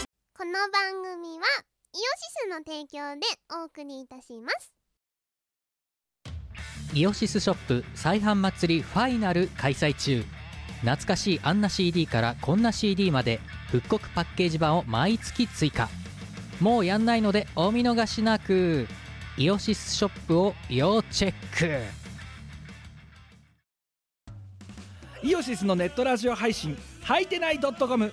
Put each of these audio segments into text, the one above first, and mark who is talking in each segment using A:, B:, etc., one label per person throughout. A: の番組はイオシスの提供でお送りいたします
B: イオシスショップ再販祭りファイナル開催中懐かしいあんな CD からこんな CD まで復刻パッケージ版を毎月追加もうやんないのでお見逃しなくイオシスショップを要チェック
C: イオシスのネットラジオ配信「はいてない .com」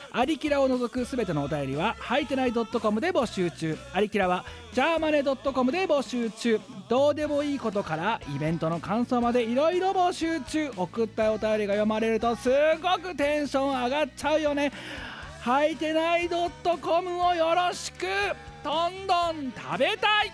C: アリキラを除くすべてのお便りは、はいてない .com で募集中。アリキラは、ジャーマネ .com で募集中。どうでもいいことから、イベントの感想までいろいろ募集中。送ったお便りが読まれると、すごくテンション上がっちゃうよね。はいてない .com をよろしくどんどん食べたい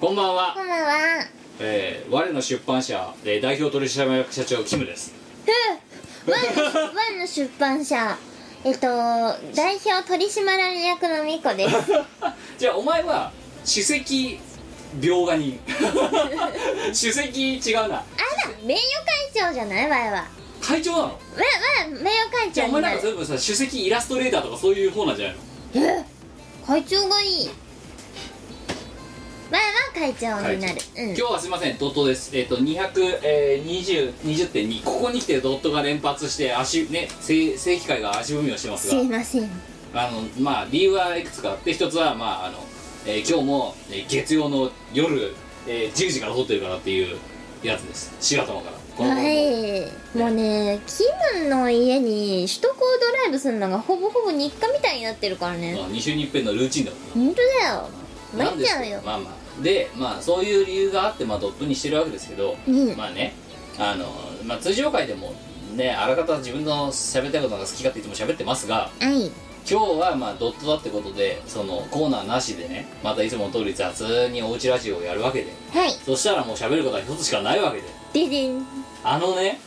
D: こんばんは、
A: こんばんは
D: えー、我の出版社、えー、代表取締役社長キムです
A: ワンワンの出版社えっと代表取締役のみこです
D: じゃあお前は史跡描 画人史跡違
A: あ
D: うな
A: ら名誉会長じゃないわいはわ
D: 会長なの
A: わ名誉会
D: じゃあ
A: 長
D: お
A: にな
D: 前なん
A: る
D: かそういえばさ史跡イラストレーターとかそういう方なんじゃないの
A: え会長がいいわいは会長になる、うん
D: 今日はすいませんドットですえっ、と200えー20 20.2ここに来てドットが連発して足ね正正規会が足踏みをして ます
A: す
D: が
A: いません
D: あのまあ理由はいくつかあって一つはまああの、えー今日も、えー月曜の夜、えー10時から撮ってるからっていうやつです4月頭からこの頃
A: は
D: の
A: いもうねキムの家に首都高ドライブするのがほぼほぼ日課みたいになってるからね
D: まあ2週に一遍のルーチンだもん
A: 本当だよ
D: な
A: 参っちゃうよ
D: なんですけどまあまあでまあそういう理由があってまあドットにしてるわけですけど、
A: うん
D: まあねあの、まあ、通常会でもねあらかた自分の喋りたいことが好きかって言っても喋ってますが
A: はい
D: 今日はまあドットだってことでそのコーナーなしでねまたいつもの通り雑におうちラジオをやるわけで
A: はい
D: そしたらもう喋ることは一つしかないわけで
A: ででん
D: あのね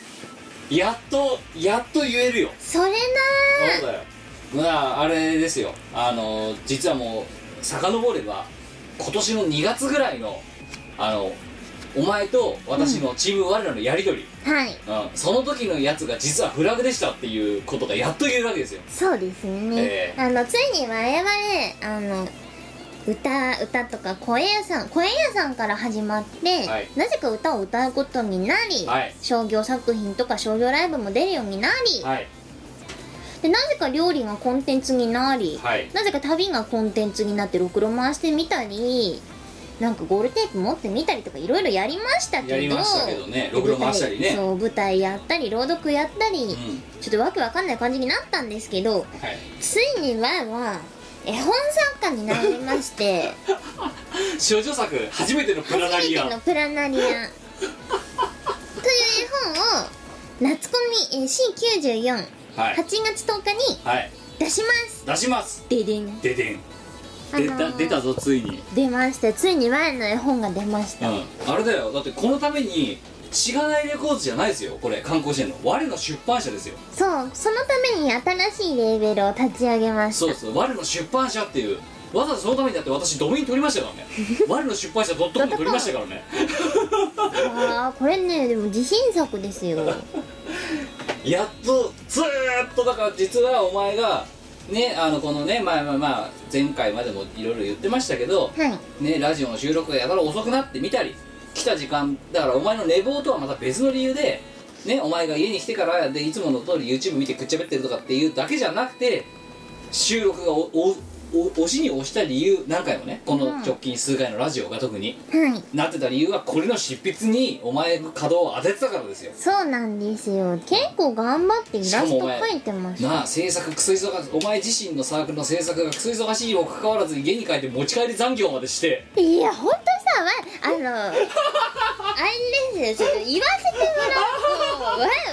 D: やっとやっと言えるよ
A: それな
D: そうだよまああれですよあの実はもう遡れば今年の2月ぐらいのあのお前と私のチーム我らのやり取り、
A: ーはい
D: うんその時のやつが実はフラグでしたっていうことがやっと言えるわけですよ
A: そうですね、
D: ええ
A: あのついに我々あの歌歌とか声屋さん声屋さんから始まって、
D: はい
A: なぜか歌を歌うことになり、
D: はい
A: 商業作品とか商業ライブも出るようになり、
D: はい
A: でなぜか料理がコンテンツになり、
D: はい
A: なぜか旅がコンテンツになってろくろ回してみたりなんかゴールテープ持ってみたりとかいろいろやりましたけど
D: やりましたけどねろくろ回したりね
A: 舞台そう舞台やったり朗読やったり、
D: うん
A: ちょっとわけわかんない感じになったんですけど
D: はい
A: ついにわいは絵本作家になりまして
D: 少女作初めての プラナ
A: 初め
D: リ
A: て
D: ア
A: のプラナリアという絵本を夏コミえー C948
D: はい
A: 月10日に
D: はい
A: 出します
D: 出します
A: ででん
D: ででん
A: あの
D: 出
A: ー
D: た出たぞついに
A: 出ましたついにワイの絵本が出ました、
D: うん、あれだよだってこのためにしがないレコードじゃないですよこれ観光してんの我の出版社ですよ
A: そうそのために新しいレーベルを立ち上げました
D: そうそう我の出版社っていうわざわざそのためにだって私ドメイン取りました からね我の出版社 .com 取りましたからね
A: あーこれねでも自信作です よ
D: やっとずーっとだから実はお前がねあのこのねまあまあまあ前回までもいろいろ言ってましたけど、
A: はい
D: ねラジオの収録がやたら遅くなってみたり来た時間だからお前の寝坊とはまた別の理由でねお前が家に来てからでいつもの通り YouTube 見てくっちゃべってるとかっていうだけじゃなくて収録がおおお押しに押した理由何回もねこの直近数回のラジオが特に
A: はい
D: なってた理由はこれの執筆にお前の稼働を当ててたからですよ
A: そうなんですよ結構頑張ってイラスト描いてました
D: なあ制作クソ忙しいお前自身のサークルの制作がクソ忙しいにもかかわらず家に帰って持ち帰り残業までして
A: いや ほんとさわあのあれですよちょっと言わせてもら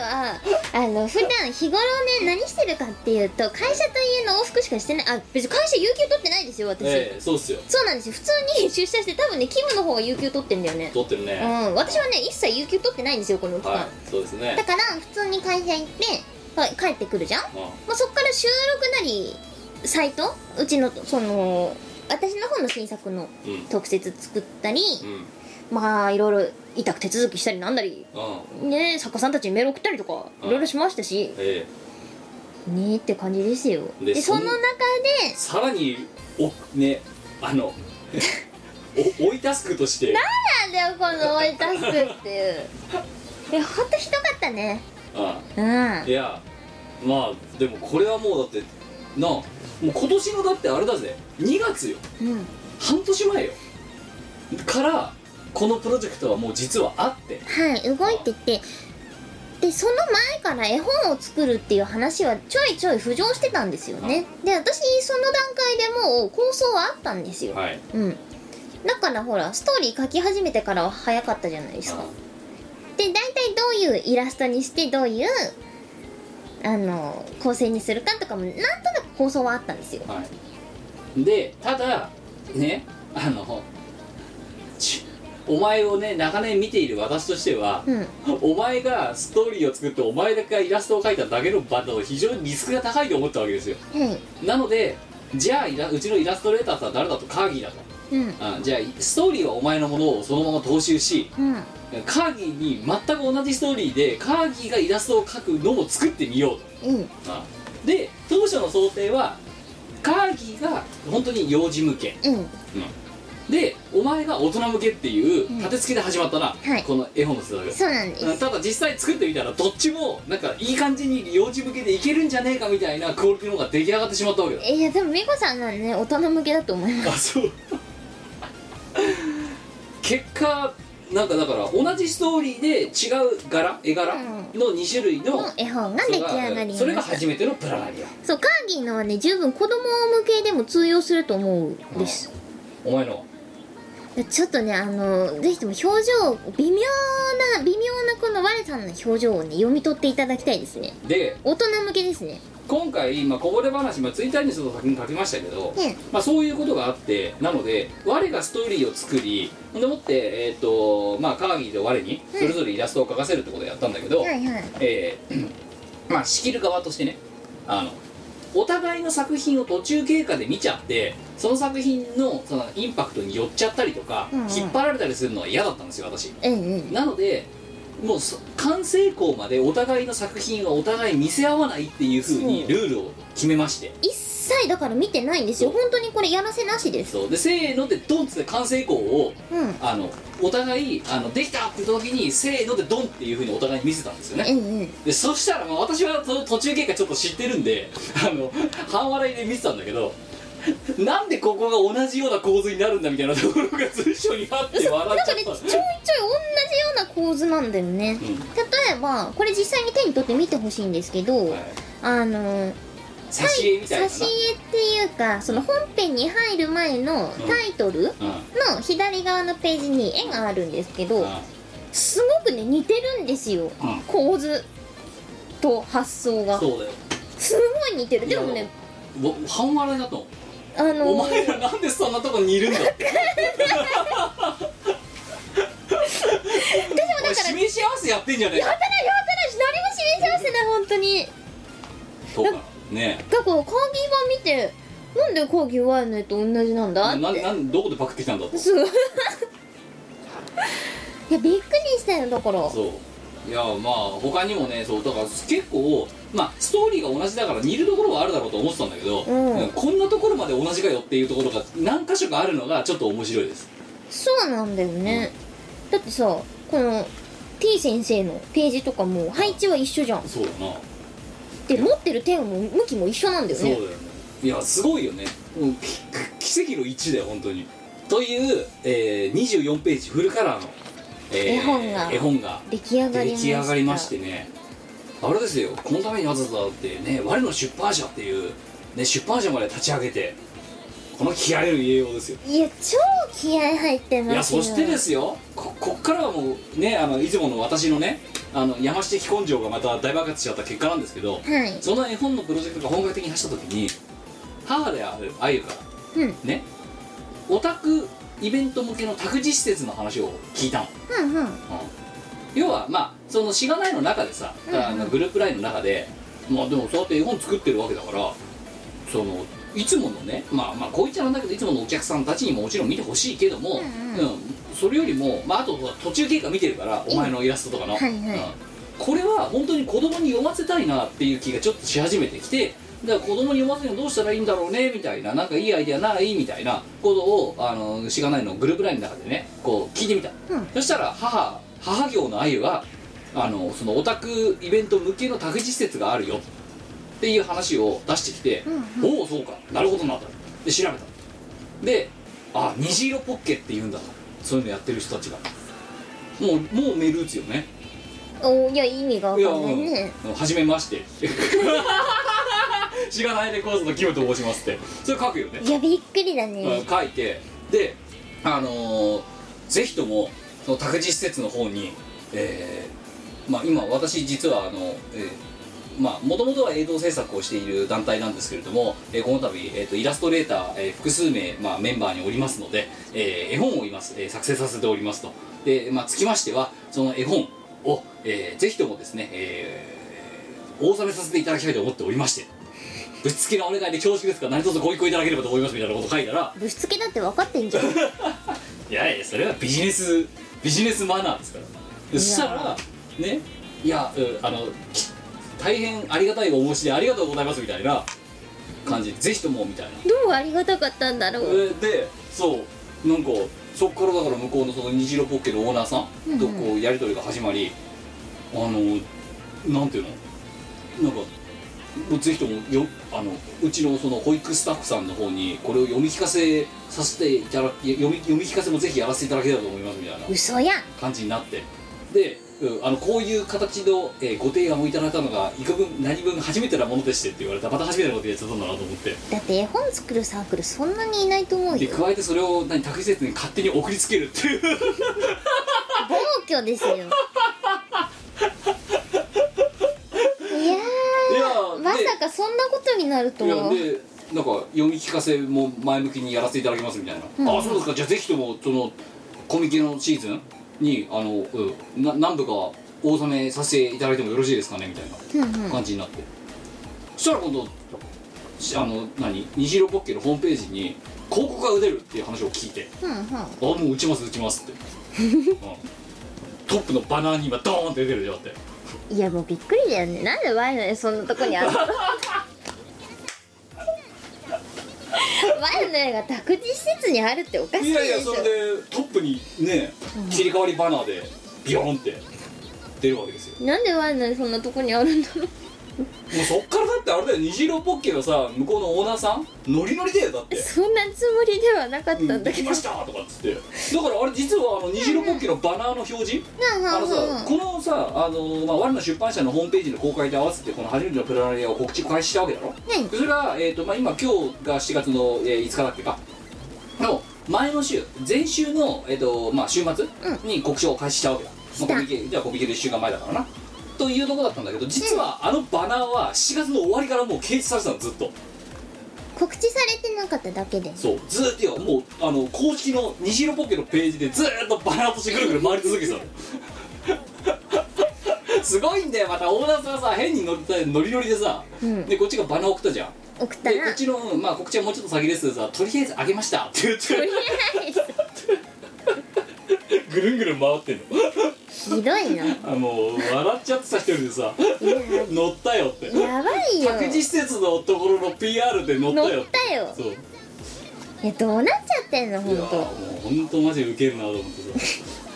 A: はあの普段日頃ね何してるかっていうと会社と家の往復しかしてないあ別に会社有給取ってないですよ私、
D: ええそうっすよ
A: そうなんですよ普通に出社して多分ねキムの方が有給取ってんだよね
D: 撮ってる
A: う
D: ね、
A: ん私はね一切有給取ってないんですよこの期間、
D: はいそうですね
A: だから普通に会社行ってはい帰ってくるじゃん、
D: うん
A: まあ、そっから収録なりサイトうちのその私の方の新作の
D: うん
A: 特設作ったり、
D: うん
A: まあいろいろ委託手続きしたりなんだり
D: うん
A: ね作家さんたちにメール送ったりとか
D: うん
A: いろいろしましたし
D: え
A: ねえって感じですよ
D: で
A: で
D: そ
A: そ
D: ん
A: の中
D: えさらにおねあの お追いタスクとして
A: でなんだよこの追いタスクって いうえほんとひどかったね
D: うん
A: うん
D: いやまあでもこれはもうだってなあもう今年のだってあれだぜ2月よ
A: うん
D: 半年前よからこのプロジェクトはもう実はあって
A: はい動いててでその前から絵本を作るっていう話はちょいちょい浮上してたんですよねで私その段階でもう構想はあったんですよ、
D: はい
A: うんだからほらストーリー書き始めてからは早かったじゃないですかで大体どういうイラストにしてどういうあの構成にするかとかもなんとなく構想はあったんですよ
D: はいでただねあのちお前をね長年見ている私としては、
A: うん
D: お前がストーリーを作ってお前だけがイラストを描いただけのバンドを非常にリスクが高いと思ったわけですよ
A: はい
D: なのでじゃあイラうちのイラストレーターさんは誰だとカーギーだと
A: うん
D: あじゃあストーリーはお前のものをそのまま踏襲し
A: うん
D: カーギーに全く同じストーリーでカーギーがイラストを描くのも作ってみよう
A: うん
D: とあで当初の想定はカーギーが本当に幼児向け
A: うん
D: でお前が大人向けっていう
A: うん
D: 立て付けで始まったな、
A: はい
D: この絵本の世代
A: そうなんです
D: ただ実際作ってみたらどっちもなんかいい感じに幼児向けでいけるんじゃねえかみたいなクオリティの方が出来上がってしまったわけだ
A: いやでも美子さんならね大人向けだと思います
D: あそう結果なんかだから同じストーリーで違う柄絵柄の2種類の、
A: の絵本が出来上がりました
D: それが初めてのプラナリア
A: そうカーギーのはね十分子供向けでも通用すると思うです
D: お前の
A: ちょっとねあのぜひとも表情微妙な微妙なこの我さんの表情をね読み取っていただきたいですね
D: で
A: 大人向けですね
D: 今回、まあ、こぼれ話、まあ、ツイッターにちょっと先に書きましたけど、
A: ね
D: まあ、そういうことがあってなので我がストーリーを作りほんでもって、えーとまあ、カーギーと我にそれぞれイラストを描かせるってことをやったんだけど、
A: はいはい
D: えー まあ仕切る側としてねあのお互いの作品を途中経過で見ちゃってその作品のそのインパクトに寄っちゃったりとか、
A: うんうん
D: 引っ張られたりするのは嫌だったんですよ私
A: うんうん
D: なのでもうそ完成校までお互いの作品はお互い見せ合わないっていうふうに
A: そう
D: ルールを決めまして
A: 一切だから見てないんですよ本当にこれやらせなしです
D: そうでせーのでドンっつって完成校を
A: うんうん
D: あのお互いあのできたって言った時にせーのでドンっていうふうにお互いに見せたんですよね
A: うん
D: でそしたらまあ私はその途中経過ちょっと知ってるんで あの半笑いで見てたんだけどなんでここが同じような構図になるんだみたいなところが随所にあって笑
A: な
D: っ
A: ん
D: ちゃ
A: か
D: っ
A: ねちょい
D: た
A: ちょい同じような構図なんだよね
D: うん
A: 例えばこれ実際に手に取って見てほしいんですけど、
D: はい
A: あの
D: 挿絵みたいな
A: 挿絵っていうかその本編に入る前のタイトル
D: うん
A: の左側のページに絵があるんですけど
D: うん
A: すごくね似てるんですよ
D: うん
A: 構図と発想が
D: そうだよ
A: すごい似てるでもね
D: いやわ半笑いだと
A: あ
D: お
A: の
D: 前らなんでそんなとこにいるんだってお前示し合わせやってんじゃねえ
A: やたら
D: か
A: やたら誰も示し合わせない本当に
D: とかね
A: だから講義版見てなんで講義ワイの絵と同じなんだ
D: な
A: って
D: なんどこでパクってきたんだと
A: すごい いやびっくりしたよだから
D: そういやまあ他にもねそうだから結構まあストーリーが同じだから似るところはあるだろうと思ってたんだけど、
A: うん
D: こんなところまで同じかよっていうところが何箇所かあるのがちょっと面白いです
A: そうなんだよね、だってさこの T 先生のページとかも配置は一緒じゃん
D: そうだな、
A: で持ってる点も向きも一緒なんだよ
D: そうだよ
A: ね
D: ねいやすごいよねもうき奇跡の1だよ本当にという、えー、24ページフルカラーの、え
A: 絵
D: ー
A: 本が
D: 絵本が
A: 出来上がりまし
D: 出
A: た
D: 来上がりましてねあれですよこのためにわざわざだってね我の出版社っていう、ね、出版社まで立ち上げてこの気合いの入れようですよ
A: いや超気合入って
D: いや
A: ますよ
D: そしてですよここっからはもうねあのいつもの私のねあの山下的根性がまた大爆発しちゃった結果なんですけど、
A: はい
D: その絵本のプロジェクトが本格的に走った時に母であるあゆから
A: うんうん
D: ねオタクイベント向けの託児施設の話を聞いたの、
A: うん
D: うん要はまあそのしがないの中でさ、
A: うんうん
D: あのグループラインの中でまあでもそうやって絵本作ってるわけだからそのいつものねまあまあこういっちゃなんだけどいつものお客さんたちにももちろん見てほしいけども、
A: うんうん
D: それよりも、まあ、あと途中経過見てるからお前のイラストとかの、
A: はいはい
D: うんこれは本当に子供に読ませたいなっていう気がちょっとし始めてきてだから子供に読ませるのどうしたらいいんだろうねみたいななんかいいアイデアないみたいなことをあのしがないのグループラインの中でねこう聞いてみた、
A: うん
D: そしたら母母業のあゆはあのそのオタクイベント向けの託児施設があるよっていう話を出してきて、
A: うん
D: おおそうかなるほどなとで調べたであ虹色ポッケって言うんだとそういうのやってる人たちがもうもうメール打つよね
A: おいや意味がわ
D: いや
A: かんないね
D: うんうん、初めまして しがないレコーズのキムと申しますってそれ書くよね
A: いやびっくりだ
D: うん
A: ね
D: 書いてであのーぜひともその託児施設の方に、えーまあ、今私実はあの、えーまあもともとは映像制作をしている団体なんですけれども、えーこの度、えー、とイラストレーター、えー複数名、まあ、メンバーにおりますので、えー絵本をいます、えー作成させておりますとで、まあ、つきましてはその絵本を、えーぜひともですね、えーお納めさせていただきたいと思っておりましてぶっつけのお願いで恐縮ですが何卒ご意向いただければと思いますみたいなこと書いたら
A: ぶしつけだって分かってんじゃん
D: いやいやそれはビジネスビジネスマナーですからそしたらねいや、うんあのき大変ありがたいお申し出ありがとうございますみたいな感じ、ぜひともみたいな、
A: どうありがたかったんだろ
D: え
A: う
D: ーでそうなんかそっからだから向こうのその虹色ポッケのオーナーさんとこうやり取りが始まり、あのなんていうのなんかもうぜひともよあのうちのその保育スタッフさんの方にこれを読み聞かせさせていただき読み読み聞かせもぜひやらせていただけたらと思いますみたいな
A: 嘘やん
D: 感じになってで、うんあのこういう形の、えーご提案をいただいたのが幾分何分初めてなものでしてって言われたらまた初めてなことやっちゃったんだなと思って
A: だって絵本作るサークルそんなにいないと思う
D: で
A: よ
D: 加えてそれを何託児施設に勝手に送りつけるって いう
A: 暴挙ですよいや
D: いや
A: ー
D: ー
A: ま
D: で
A: さかそんなことになると
D: いや
A: は
D: でなんか読み聞かせも前向きにやらせていただきますみたいな、
A: うん
D: ああそうですかじゃあぜひともそのコミケのシーズンにあの、うん、な何部かお納めさせていただいてもよろしいですかねみたいな
A: うんうん
D: 感じになって、そしたら今度しあの何虹色ポッケのホームページに広告が打てるっていう話を聞いて
A: うんうん
D: あもう打ちます打ちますって、 うんトップのバナーに今ドーンって出てるじゃんって
A: いやもうびっくりだよねなんでワイの絵そんなとこにあるのワイの絵が託児施設にあるっておかしい
D: い
A: で
D: やいや
A: しょ
D: それでトップにね切り替わりバナーでビヨーンって出るわけですよ
A: なんでワイの絵そんなとこにあるんだろう
D: もうそっからだってあれだよ虹色ポッケのさ向こうのオーナーさんノリノリだよだって
A: そんなつもりではなかっ
D: う
A: た
D: ん
A: んだ
D: で
A: け
D: き
A: ど、
D: ましたとかっつってだからあれ実はあの虹色ポッケのバナーの表示
A: うん
D: あの
A: うんう
D: さ
A: ん
D: このさあの、まあ、我の出版社のホームページの公開で合わせてこの初めてのプラナリアを告知開始したわけだろ
A: はい
D: それが、えーとまあ、今今日が7月の、えー5日だっけかの前の週前週の、えーとまあ、週末
A: う
D: に告知を開始したわけだ、
A: した
D: まあ、コミケじゃあコミケで1週間前だからなというとこだったんだけど実はあのバナーは4月の終わりからもう掲示されてたのずっと
A: 告知されてなかっただけで
D: そうずーっとよもうあの公式の虹色ポッケのページでずーっとバナーとしてぐるぐる回り続けてたのすごいんだよまたオーナーさんがさ変に乗りノリノリでさ、
A: うん
D: でこっちがバナー送ったじゃん
A: 送った
D: で
A: な
D: うちの、うんまあ、告知はもうちょっと先ですさとりあえずあげましたって言
A: とり
D: っ
A: あえず
D: てぐるんぐるん回ってんの
A: ひどいな
D: あもう笑っちゃってさ一人でさ乗ったよって
A: やばいよ
D: 託児施設のところの PR で乗った
A: 乗
D: よ
A: っ
D: って
A: たよ
D: そう
A: いやどうなっちゃってんのほ
D: いや
A: ん
D: ーも
A: と
D: う本当マジウケるなと思ってさ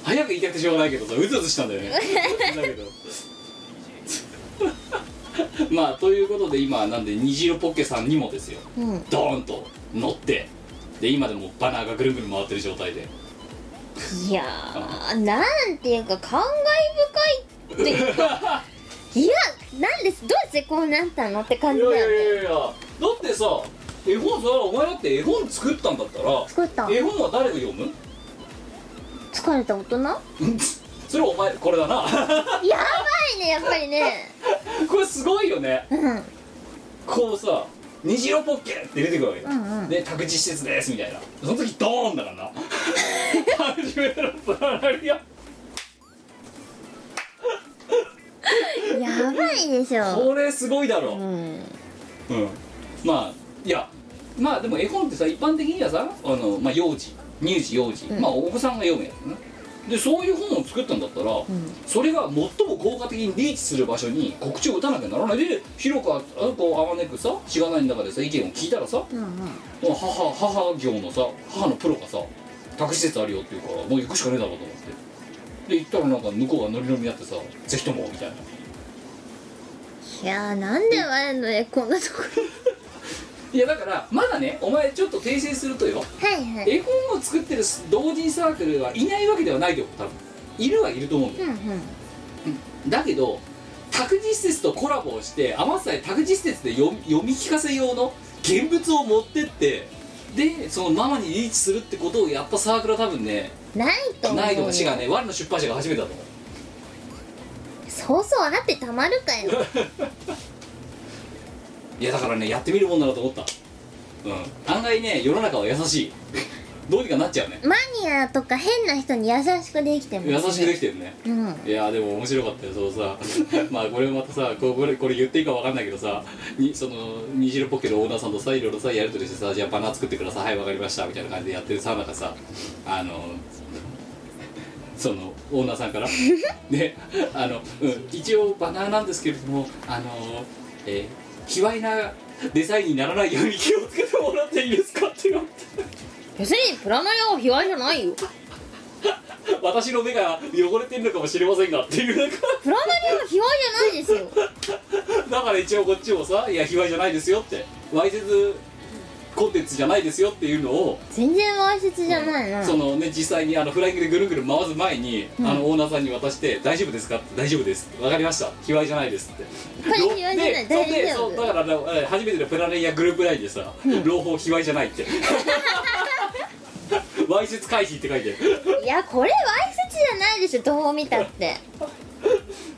D: 早く言いたくてしょうがないけどさうずうずしたんだよ ねだけどまあということで今なんで虹色ポッケさんにもですよ
A: うん
D: ドーンと乗ってで今でもバナーがぐるぐる回ってる状態で
A: いやーなんていうか感慨深いっていうか いやなんですどうしてこうなったのって感
D: い
A: じだ
D: やいやい
A: よね
D: やいやだってさ絵本さお前だって絵本作ったんだったら
A: 作った
D: 絵本は誰が読む
A: 疲れた大人
D: それお前これだ
A: や
D: な
A: ばいねやっぱりね
D: これすごいよね
A: うんうん
D: こうさ「虹色ポッケ!」って出てくるわけだ、
A: うんうん
D: で宅地施設ですみたいなその時ドーンだからな初めてのサラリア
A: やばいでしょ
D: これすごいだ
A: う
D: ろう、
A: ん
D: うん、まあいやまあでも絵本ってさ一般的にはさあの、まあ、幼児乳児幼児、
A: うん
D: まあお子さんが読むやつねでそういう本を作ったんだったら、
A: ん
D: それが最も効果的にリーチする場所に告知を打たなきゃならないで広くあこうあわねくさしがない中でさ意見を聞いたらさ
A: うんうん
D: 母母業のさ母のプロがさ宅施設あるよっていうからもう行くしかねえだろうと思ってで行ったらなんか向こうがノリノリになってさぜひともみたいない
A: やーなんで我のねこんなとこ
D: いやだからまだねお前ちょっと訂正するとよ
A: ろはいはい
D: 絵本を作ってる同人サークルはいないわけではないと思う多分いるはいると思うんだ
A: う
D: よ
A: んうん
D: だけど託児施設とコラボをして余さえ託児施設で読み読み聞かせ用の現物を持ってってでそのママにリーチするってことをやったサークルは多分ね
A: ないと思う
D: ないと
A: よ
D: も違うね我の出版社が初めてだと思う
A: そうそうあってたまるかよ
D: いやだからねやってみるもんだなと思ったうん案外ね世の中は優しいどうにかなっちゃうね
A: マニアとか変な人に優しくできても
D: 優しくできてるね
A: うん
D: いやでも面白かったよそのさ まあこれまたさこうこれこれ言っていいかわかんないけどさにその虹色ポッケのオーナーさんとさいろいろさやり取りしてさじゃあバナー作ってくださいはいわかりましたみたいな感じでやってるさなんかさあのそのオーナーさんからであの、うん、一応バナーなんですけれどもあのえー、卑猥なデザインにならないように気をつけてもらっていいですかって言われて
A: 別にプラマヤは卑猥じゃないよプ
D: 私の目が汚れてるのかもしれませんがっていうなんか
A: ラマヤは卑猥じゃないですよ
D: だから一応こっちもさ「いや卑猥じゃないですよ」ってわいせつコンテンツじゃないですよっていうのを、
A: 全然わいせつじゃないな
D: そのね実際にあのフライングでぐるぐる回す前に、あのオーナーさんに渡して「大丈夫ですか?」って「大丈夫です」「わかりました卑猥じゃないです」って
A: これ卑猥じゃない
D: でそんで
A: 大丈夫
D: そうだからあのえ初めてのプラレイヤーグループラインでさ「朗報卑猥じ ゃない」って「わいせつ回避」って書いてある
A: いやこれわいせつじゃないでしょどう見たって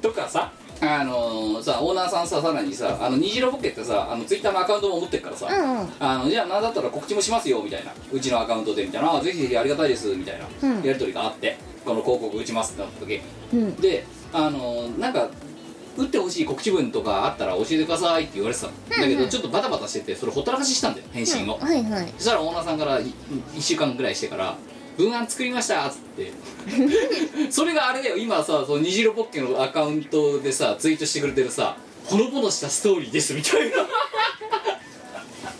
D: とかさあのーさオーナーさんささらにさあの虹色ボケってさあのツイッターのアカウントも持ってるからさ、
A: うんうん
D: あのじゃあ何だったら告知もしますよみたいなうちのアカウントでみたいなあぜひぜひありがたいですみたいな、
A: うん
D: やり取りがあってこの広告打ちますってなった時
A: うん
D: であのなんか打ってほしい告知文とかあったら教えてくださいって言われてたの、だけどちょっとバタバタしててそれほったらかししたんだよ返信を、
A: はいはい
D: そしたらオーナーさんから1週間ぐらいしてから「文案作りました」っつ ってそれがあれだよ今さその虹色ポッケのアカウントでさツイートしてくれてるさ「ほのぼのしたストーリーです」みたいな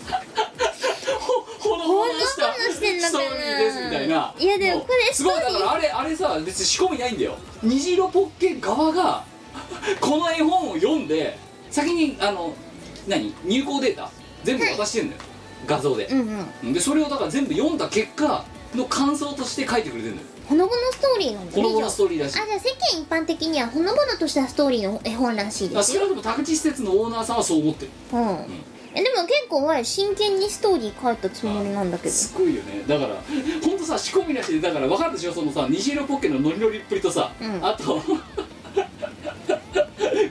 D: ほほのぼのした
A: ほのぼのしてんのかな
D: ストーリーですみたいない
A: やでもこれ
D: すごいだ
A: ストーリー
D: からあれあれさ別に仕込みないんだよ虹色ポッケ側がこの絵本を読んで先にあの何入稿データ全部渡してんだよ、画像で、
A: うんうん
D: でそれをだから全部読んだ結果の感想として書いてくれてるのよ
A: ほのぼのストーリーなんだ
D: この後のスト
A: ー
D: ーリーらしい
A: あじゃあ世間一般的にはほのぼのとしたストーリーの絵本らしいで
D: あ
A: す
D: 少
A: よ
D: なくとも宅地施設のオーナーさんはそう思ってる
A: うんえでも結構前真剣にストーリー書いたつもりなんだけど
D: すごいよねだからほんとさ仕込みなしでだから分かるでしょそのさ虹色ポッケのノリノリっぷりとさ、
A: うん
D: あと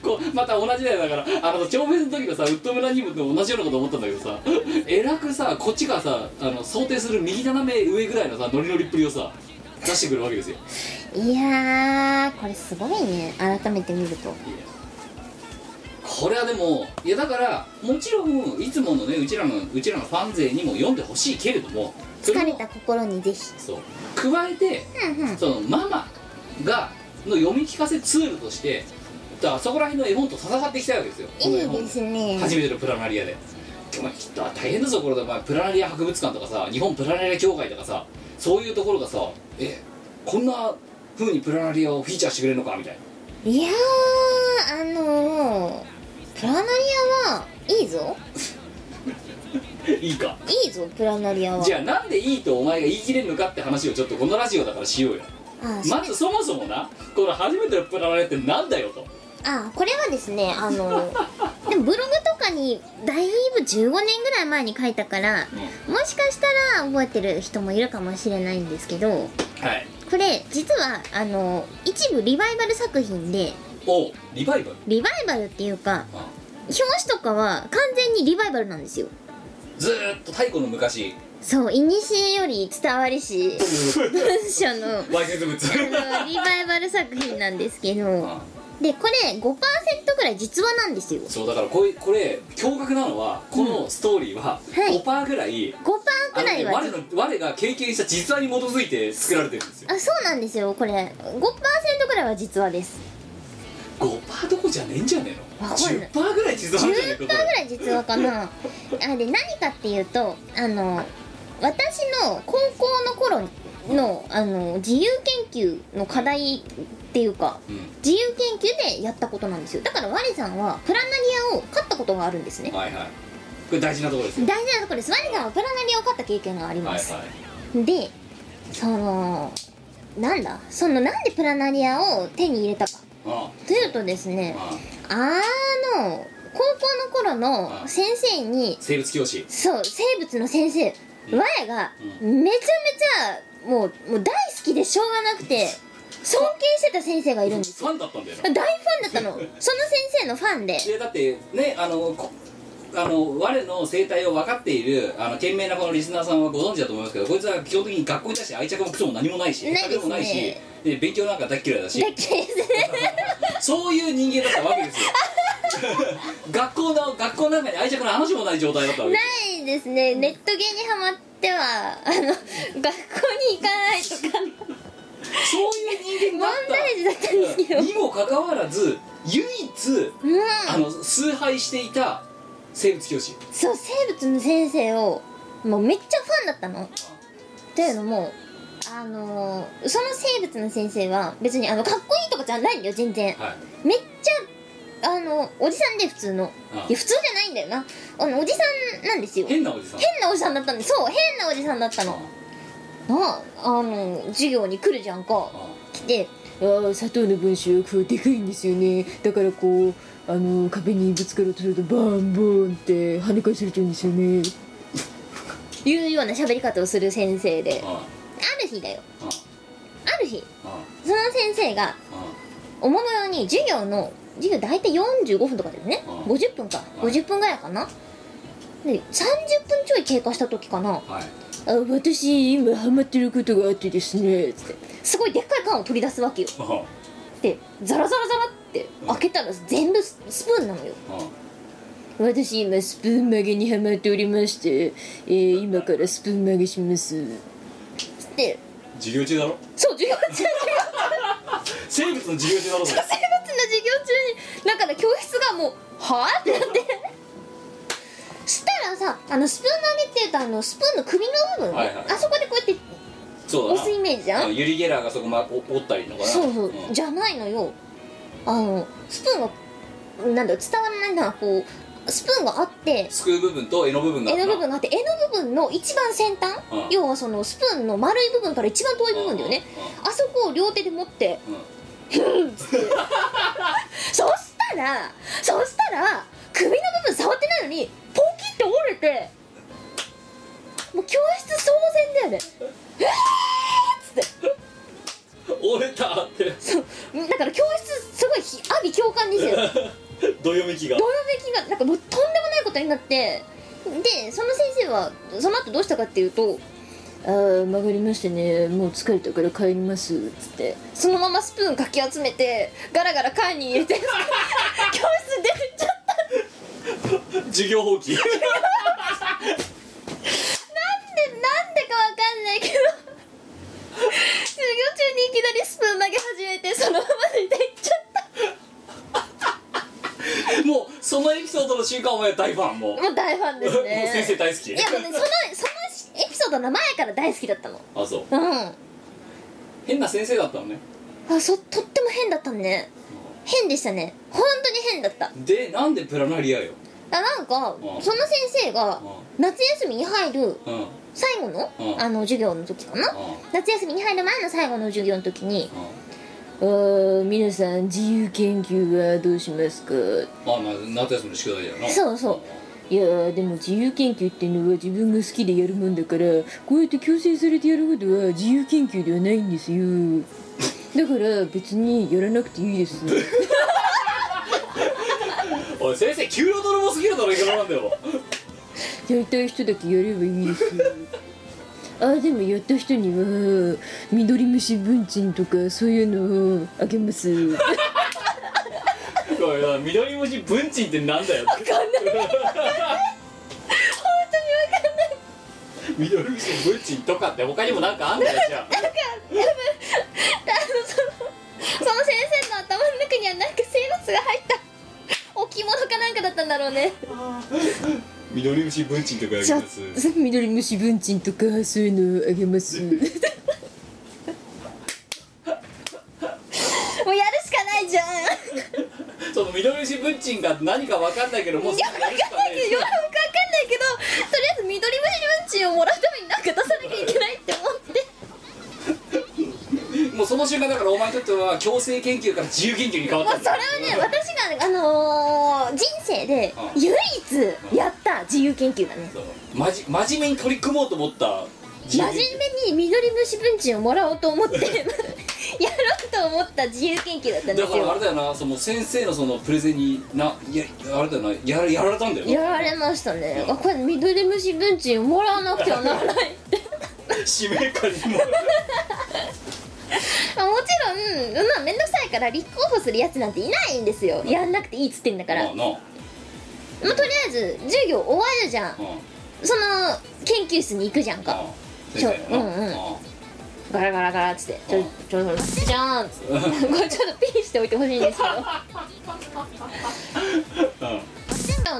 D: こうまた同じだよだからあの長編の時のさウッド村にも同じようなこと思ったんだけどさえらくさこっちがさあの想定する右斜め上ぐらいのさノリノリっぷりをさ出してくるわけですよ
A: いやーこれすごいね改めて見ると
D: これはでもいやだからもちろんいつものねうちらのうちらのファン勢にも読んでほしいけれどもそれ
A: 疲
D: も
A: れた心にぜひ
D: そう加えて
A: うんうん
D: そのママがの読み聞かせツールとしてだからそこら辺の絵本と戦ってきたわけですよこの絵
A: いい
D: 本
A: ですね
D: 初めてのプラナリアでお前きっと大変だぞこれでお前プラナリア博物館とかさ日本プラナリア協会とかさそういうところがさえこんな風にプラナリアをフィーチャーしてくれるのかみたいない
A: やーあのー、プラナリアはいいぞ
D: いいか
A: いいぞプラナリアは
D: じゃあなんでいいとお前が言い切れるのかって話をちょっとこのラジオだからしようよ
A: あ
D: まずそもそもなこの初めてのプラナレってなんだよと
A: あこれはですねあの でもブログとかにだいぶ15年ぐらい前に書いたからもしかしたら覚えてる人もいるかもしれないんですけど
D: はい
A: これ実はあの一部リバイバル作品で
D: おうリバイバル
A: リバイバルっていうか
D: あ
A: 表紙とかは完全にリバイバルなんですよ
D: ずーっと太古の昔
A: そういにしえより伝わりし文書の
D: わいせつ物
A: あのリバイバル作品なんですけど
D: あ
A: でこれ5%ぐらい実話なんですよ
D: そうだからこれこれ驚愕なのはこのストーリーは
A: はい
D: 5%ぐら
A: 5%
D: い、あ
A: く
D: の
A: らい
D: ね
A: は
D: 我の我が経験した実話に基づいて作られてるんですよ
A: あそうなんですよこれ5%ぐらいは実話です
D: 5%どこじゃねえんじゃねえの
A: わかんない
D: 10%ぐらい実話なんじゃねえ
A: 10%ぐ
D: かこれ
A: らい実話か なあで何かっていうとあの私の高校の頃のあの自由研究の課題っていうか
D: う
A: 自由研究でやったことなんですよだから我さんはプラナリアを勝ったことがあるんですね
D: んはいはいこれ大事なところです
A: 大
D: よ
A: 事なところです我さんはプラナリアを勝った経験があり
D: は
A: ま
D: い
A: す、
D: はい
A: でそのなんだそのなんでプラナリアを手に入れたか
D: あ
A: というとですね
D: あああ
A: あの高校の頃の先生に
D: 生物教師
A: そう生物の先生
D: うん
A: わやがめち
D: う
A: ゃめちゃもうもう大好きでしょうがなくて尊敬してた先生がいるんです
D: ファンだったんだよな
A: 大ファンだったのその先生のファンで
D: でだってねあのこあの我の生態を分かっているあの賢明なこのリスナーさんはご存知だと思いますけどこいつは基本的に学校に対して愛着もクソも何もないし
A: ないですね
D: 下手もないしで勉強なんか大っ嫌いだし
A: だけ
D: そういう人間だったわけですよ 学校の学校なんかに愛着の話もない状態だったわけです
A: ないですねネットゲーにハマってはあの学校に行かないとか
D: そういう人間
A: 問
D: だった
A: 題児だったんですけど
D: にもかかわらず唯一
A: うん
D: あの崇拝していた生物教師
A: そう生物の先生をもうめっちゃファンだったのというのもあのーその生物の先生は別にあのかっこいいとかじゃないんだよ全然
D: はい
A: めっちゃあのおじさんで普通の
D: あ
A: いや普通じゃないんだよなあのおじさんなんですよ変
D: 変なおじさん
A: なおじさんだったんでそう変なおじさんだったのなあの授業に来るじゃんか
D: あ
A: 来て
E: あー砂糖の分子はこうでかいんですよねだからこうあの壁にぶつかろうとするとバンバンって跳ね返されちゃうんですよね
A: いうような喋り方をする先生で
D: あ
A: ある日だよ
D: あ
A: ある日
D: ああ
A: その先生がおもむろに授業の授業大体45分とかだよね
D: うん
A: 50分か
D: うん
A: 50分ぐらいかなで30分ちょい経過した時かな
D: あはい
E: あ私今ハマってることがあってですねつって
A: すごいでっかい缶を取り出すわけよ
D: ああ
A: でザラザラザラって開けたら全部ススプーンなのよ
D: あ
E: 私今スプーン曲げにハマっておりまして、えー今からスプーン曲げします
A: で
D: 授業中だろ
A: そう授業中
D: 生物の授業中だろそれ
A: 生物の授業中にだから教室がもう「はあ?」ってなってしたらさあのスプーン投げっていうとあのスプーンの首の部分、
D: はいはい
A: あそこでこうやって
D: そう
A: 押
D: だ
A: すイメージじゃ
D: なんうんユリ・ゲラーがそこ、ま、お折ったりのかな
A: そうそう、
D: ん
A: じゃないのよあのスプーンがなんだろう伝わらないなこうスプーンがあって
D: すくう部分と柄の部分があった
A: 柄の部分があって柄の部分の一番先端、
D: うん
A: 要はそのスプーンの丸い部分から一番遠い部分だよね、あそこを両手で持って
D: うんうん
A: そしたらそしたら首の部分触ってないのにポキって折れてもう教室騒然だよね
D: うん折れたって
A: そうだから教室すごいひ阿鼻教官ですよ
D: どよめきが
A: どよめきがなんかもうとんでもないことになってでその先生はその後どうしたかっていうと
E: ああ曲がりましたねもう疲れたから帰りますつって
A: そのままスプーンかき集めてガラガラ缶に入れ て教室出てっちゃった
D: 授業放棄
A: なんでなんでかわかんないけど授業中にいきなりスプーン投げ始めてそのまま出ていっちゃった
D: もうそのエピソードの瞬間お前は大ファンもう
A: もう大ファンですね
D: もう先生大好き
A: いやもうねそのそのエピソードの前から大好きだったの
D: あそう
A: うん
D: 変な先生だったのね
A: あそとっても変だったね変でしたね本当に変だった
D: でなんでプラナリアよ
A: あなんか
D: うん
A: その先生が夏休みに入る
D: うんうんうん
A: 最後の
D: うん
A: あの授業の時かな夏休みに入る前の最後の授業の時 に
E: ああ皆さん自由研究はどうしますか
D: まあまあ夏休みの宿題だよな
A: そうそう
E: いやーでも自由研究ってのは自分が好きでやるもんだからこうやって強制されてやることは自由研究ではないんですよだから別にやらなくていいです
D: おい先生給料取るもすぎるだろいくらなんだよ
E: やりたい人だけやればいいですよあーでもやった人には緑虫文鎮とかそういうのをあげます
D: おいおい緑文字文鎮ってなんだよ分かんない本当に分かんない緑文字文鎮とかって他にもなんかあんだよじゃ
A: その先生の頭の中にはなんか生物が入った置物かなんかだったんだろうね
D: あ緑虫文鎮とかや
E: じゃ緑虫文鎮とかそういうのあげます
A: もうやるしかないじゃんやる
D: その緑虫文鎮が何か分かんないけどもう
A: しかないけどよくわかんないけどとりあえず緑虫文鎮をもらうためになんか出さなきゃいけないって思って
D: もうその瞬間だからお前にとっては強制研究から自由研究に変わっ
A: も
D: た
A: うそれはね私があのー人生で唯一やった自由研究だね
D: そうまじ真面目に取り組もうと思った自
A: 真
D: 由
A: 面
D: 研究
A: 目に緑虫文鎮をもらおうと 思ってやろうと思った自由研究だったんで
D: だ
A: す
D: からあれ
A: よ
D: だよなその先生のそのプレゼンにないやあれだよなやらやられたんだよな
A: やられましたねあこれ緑虫文鎮をもらわなくてはならない
D: 使命感にも
A: まあもちろん、まあ、めんどくさいから立候補するやつなんていないんですよやんなくていいっつってんだから、
D: まあな
A: もうとりあえず授業終わるじゃん
D: うん
A: その研究室に行くじゃんか
D: うん先生
A: うんうんガラガラガラっつって「ちょちょちょじゃーん」っつって これちょっとピンしておいてほしいんですけど
D: うんうん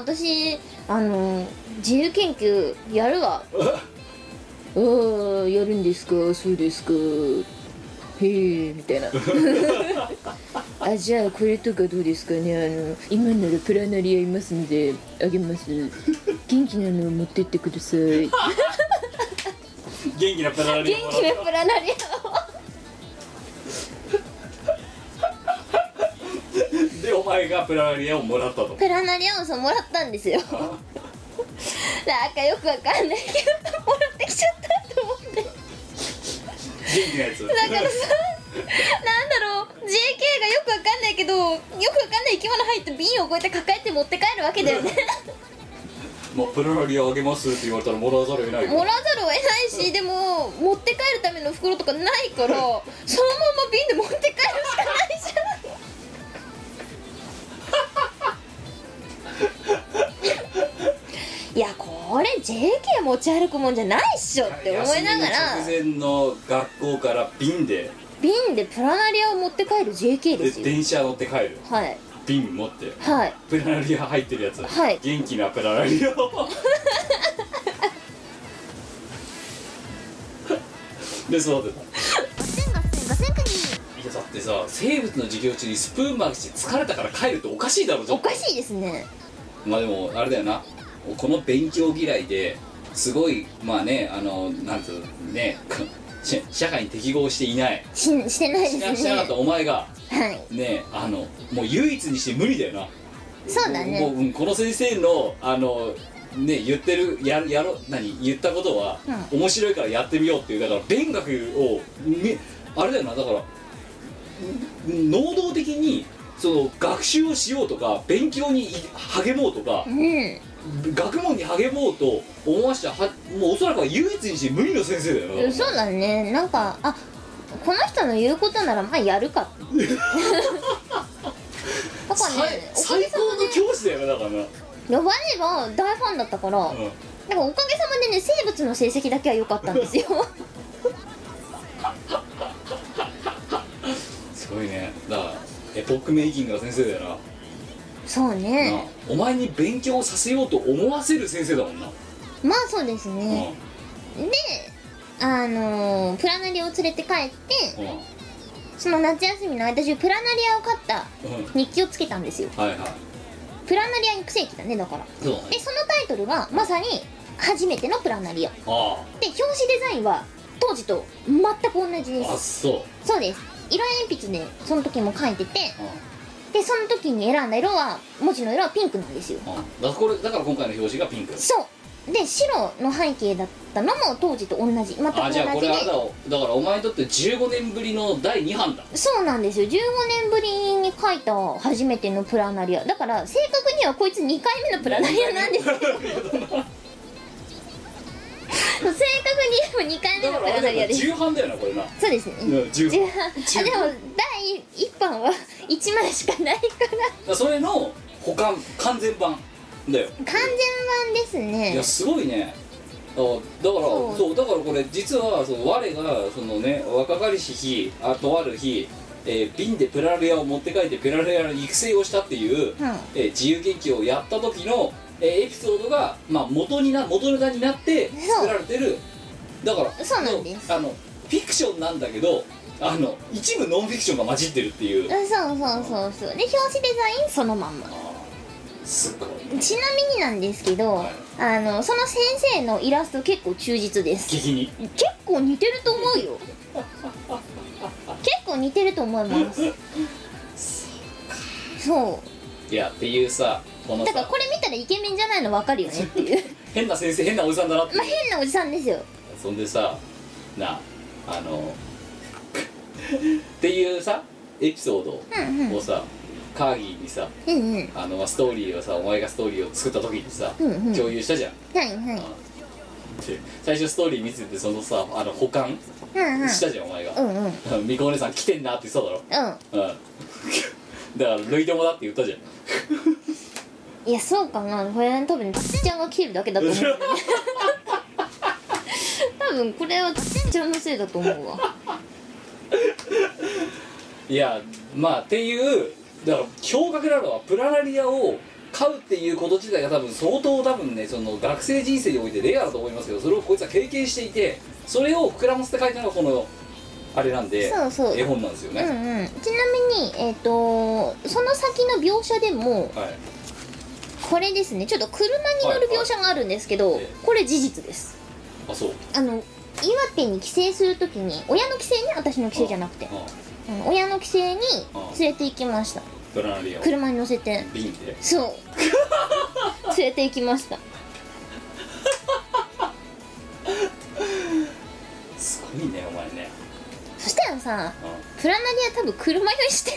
A: 私あの自由研究やるわ
E: ああやるんですかそうですかへえみたいな あじゃあこれとかどうですかねあの今ならプラナリアいますのであげます元気なの持ってってください
D: 元気なペララリ
A: 元
D: ア
A: 気なプラナリアを
D: でお前がペララリアをもらったと
A: プラナリアをさもらったんですよなんかよくわかんないけどもらってきちゃったと思って
D: 元気なや
A: だ
D: つ
A: からさなんだろう JK がよくわかんないけどよくわかんない生き物入って瓶をこうやって抱えて持って帰るわけだよね
D: もうペララリアあげますって言われたらもらわざるを得ないよ
A: もらわざるを得ないしでも持って帰るための袋とかないからそのまま瓶で持って帰るしかないじゃん いやこれ JK 持ち歩くもんじゃないっしょって思いながら
D: 休みの直前の学校から瓶で
A: 瓶でプラナリアを持って帰る JK で
D: です
A: よ
D: 電車乗って帰る
A: はい
D: 瓶持って
A: はい
D: ペララリア入ってるやつ、
A: はい
D: 元気なペララリア をで育てたいやだってさ生物の授業中にスプーン巻きして疲れたから帰るっておかしいだろちょ
A: お
D: っと
A: かしいですね
D: まあでもあれだよなこの勉強嫌いですごいまあねあのなんつうのねこ社社会に適合していない
A: ししてない
D: しな
A: です
D: し
A: ね
D: なかったお前が
A: はい
D: ねあのもう唯一にして無理だよな
A: そうだ
D: も
A: ね
D: ううんこの先生のあのね言ってるやるやろ何言ったことは、面白いからやってみようっていうだから勉学をめあれだよなだからん能動的にその学習をしようとか勉強にい励もうとか
A: う、ん
D: 学問に励もうと思わしたはもうおそらくは唯一にして無理の先生だよな、
A: そうだねなんかあこの人の言うことならまあやる かだから
D: さ
A: ねおか
D: 最
A: げさ
D: 高の教師だよなだからな、
A: ま呼ばれば大ファンだったから、なんか
D: うん
A: おかげさまでね生物の成績だけは良かったんですよ
D: すごいねだからエポックメイキングの先生だよな
A: そう
D: なあ
A: ね
D: お前に勉強させようと思わせる先生だもんな、
A: まあそうです
D: うん
A: ね、であのープラナリアを連れて帰って
D: う
A: その夏休みの間中プラナリアを買った
D: んうん
A: 日記をつけたんですよ
D: はいはい
A: プラナリア育成記だねだから
D: そう
A: でそのタイトルはまさに「初めてのプラナリア」で
D: あ
A: 表紙デザインは当時と全く同じで
D: ああ
A: す
D: そう
A: そうです色鉛筆でその時も書いてて
D: う
A: ででその時に選んだ色は文字の色はピンクなんですよ
D: あだからこれだから今回の表示がピンク
A: そうで白の背景だったのも当時と同じ全く同
D: あ
A: じ
D: じ
A: で
D: ゃあこれあれだよだからお前にとって15年ぶりの第2版だ
A: そうなんですよ15年ぶりに書いた初めてのプラナリアだから正確にはこいつ2回目のプラナリアなん ですよ正確に言えば2回目
D: だか
A: のプ
D: らあ
A: ラナリ
D: れだ
A: ア
D: よ
A: です
D: 重版だよなこれな
A: そうですね
D: うん重
A: じゃ
D: 版
A: ああでも第1版は1枚しかないから
D: それの保管完全版だよ
A: 完全版です
D: い
A: ね
D: やすごいねあだから
A: そ
D: そううだからこれ実はその我がそのね若かりし日あとある日、えー瓶でプラレアを持って帰ってプラレアの育成をしたっていう、
A: うん
D: えー自由研究をやった時の、えーエピソードが、まあ、元にな元ネタになって作られてるだから
A: そうなんです
D: あのフィクションなんだけどあの一部ノンフィクションが混じってるっていう
A: うんそうそうそうそうで表紙デザインそのまんます
D: ごい
A: ちなみになんですけど、
D: はい
A: あのその先生のイラスト結構忠実です
D: 激に
A: 結構似てると思うよ結構似てると思いますそ
D: いやっていうさこ
A: う
D: の
A: だから
D: さ
A: これ見たらイケメンじゃないの分かるよねっていう
D: 変な先生変なおじさんだなっていう
A: まあ変なおじさんですよ
D: そんでさなあのっていうさエピソー
A: うんうん
D: ドをさ、カーギーにさ
A: うんうん
D: あのストーリーをさお前がストーリーを作った時にさ、
A: うんうん
D: 共有したじゃん、
A: はいはい
D: で最初ストーリー見ててそのさあの保管
A: うんうん
D: したじゃん、お前が
A: う、んうんうん
D: みこお姉さん来てんなって言ってただろうんだから類友だって言ったじゃん
A: いやそうかなこれ多分つっちゃんが切るだけだと思うよね多分これはつっちゃんのせいだと思うわ
D: いやまあっていうだから驚愕なのはプラナリアを買うっていうこと自体が多分相当多分ねその学生人生においてレアだと思いますけどそれをこいつは経験していてそれを膨らませて書いたのがこのあれなんで
A: そうそう
D: 絵本なんですよ
A: う
D: ね、
A: んうん、ちなみに、えっとその先の描写でも
D: はい
A: これですねちょっと車に乗る描写があるんですけど、
D: はいはいええ
A: これ事実です
D: あそう
A: あの岩手に帰省するときに親の帰省ね私の帰省じゃなくて
D: あ
A: あの親の帰省に
D: あ
A: 連れて行きました
D: プラナリアを
A: 車に乗せて
D: 瓶で
A: そう 連れて行きました
D: すごいねお前ね
A: そしたらさ
D: あ
A: プラナリア多分車酔いして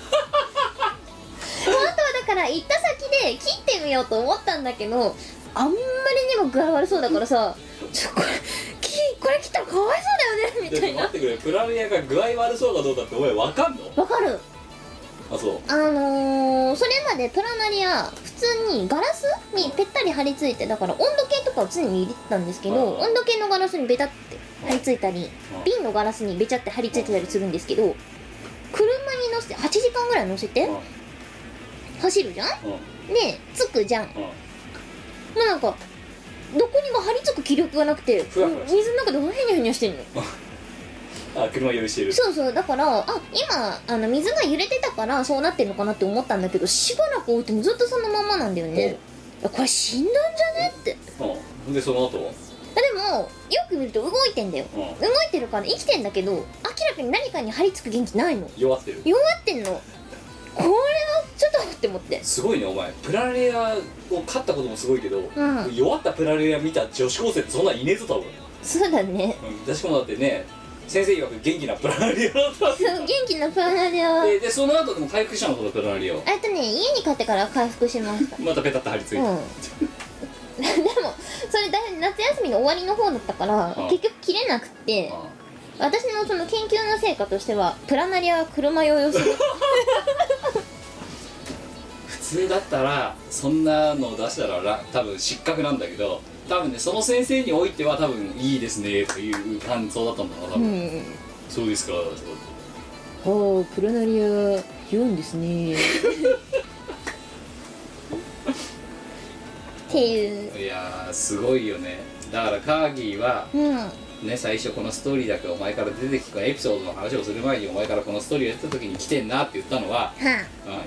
A: 本当はだから行った先で切ってみようと思ったんだけどあんまりにも具合悪そうだからさ「ちょこれきこれ切ったらかわいそうだよね」み
D: で
A: た
D: も
A: い
D: 待
A: な
D: ってくれプラナリアが具合悪そうかどうかってお前わかんの
A: わかる
D: あそう
A: あのー、それまでプラナリア普通にガラスにぺったり貼り付いてだから温度計とかを常に入れてたんですけど
D: うん
A: 温度計のガラスにべたって貼り付いたり
D: うん
A: 瓶のガラスにべちゃって貼り付いてたりするんですけど車に乗せて8時間ぐらい乗せて
D: うんうん
A: 走るじゃんで着くじゃんも
D: うん
A: うなんかどこにも貼り付く気力がなくて
D: ふわふわして
A: 水の中でふにゃふにゃしてんの
D: あ車用意してる
A: そうそうだからあ今あの水が揺れてたからそうなってるのかなって思ったんだけどしばらく置いてもずっとそのままなんだよねあこれ死んだんじゃねって
D: うんでその後は
A: あでもよく見ると動いてんだよ
D: うん
A: 動いてるから生きてんだけど明らかに何かに張り付く元気ないの
D: 弱ってる
A: 弱ってんのこれはちょっとって思って
D: すごいねお前プラレアを勝ったこともすごいけど、
A: うん
D: 弱ったプラレア見た女子高生ってそんなんいねえぞ多分、
A: そうだね
D: うん、しかもだってね先生曰く元気なプラレアだった
A: そう元気なプラナリアは
D: ででその後でも回復したのこのプラレアを
A: あとね家に帰ってから回復しました
D: またペタッと貼 り付
A: う
D: いて、
A: んでもそれだいぶ夏休みの終わりの方だったから
D: うん
A: 結局切れなくって、
D: あ
A: 私のその研究の成果としてはプラナリアは車用用す る
D: 普通だったらそんなの出したらら多分失格なんだけど多分ねその先生においては多分いいですねという感想だったんだろうな多
E: う
D: 分、
E: ん
D: そうですか
E: ああプラナリア良いんですね
A: っていう
D: いやーすごいよねだからカーギーは
A: うん
D: ね、最初このストーリーだけお前から出てきたエピソードの話をする前にお前からこのストーリーをやってた時に来てんなって言ったのは、
A: は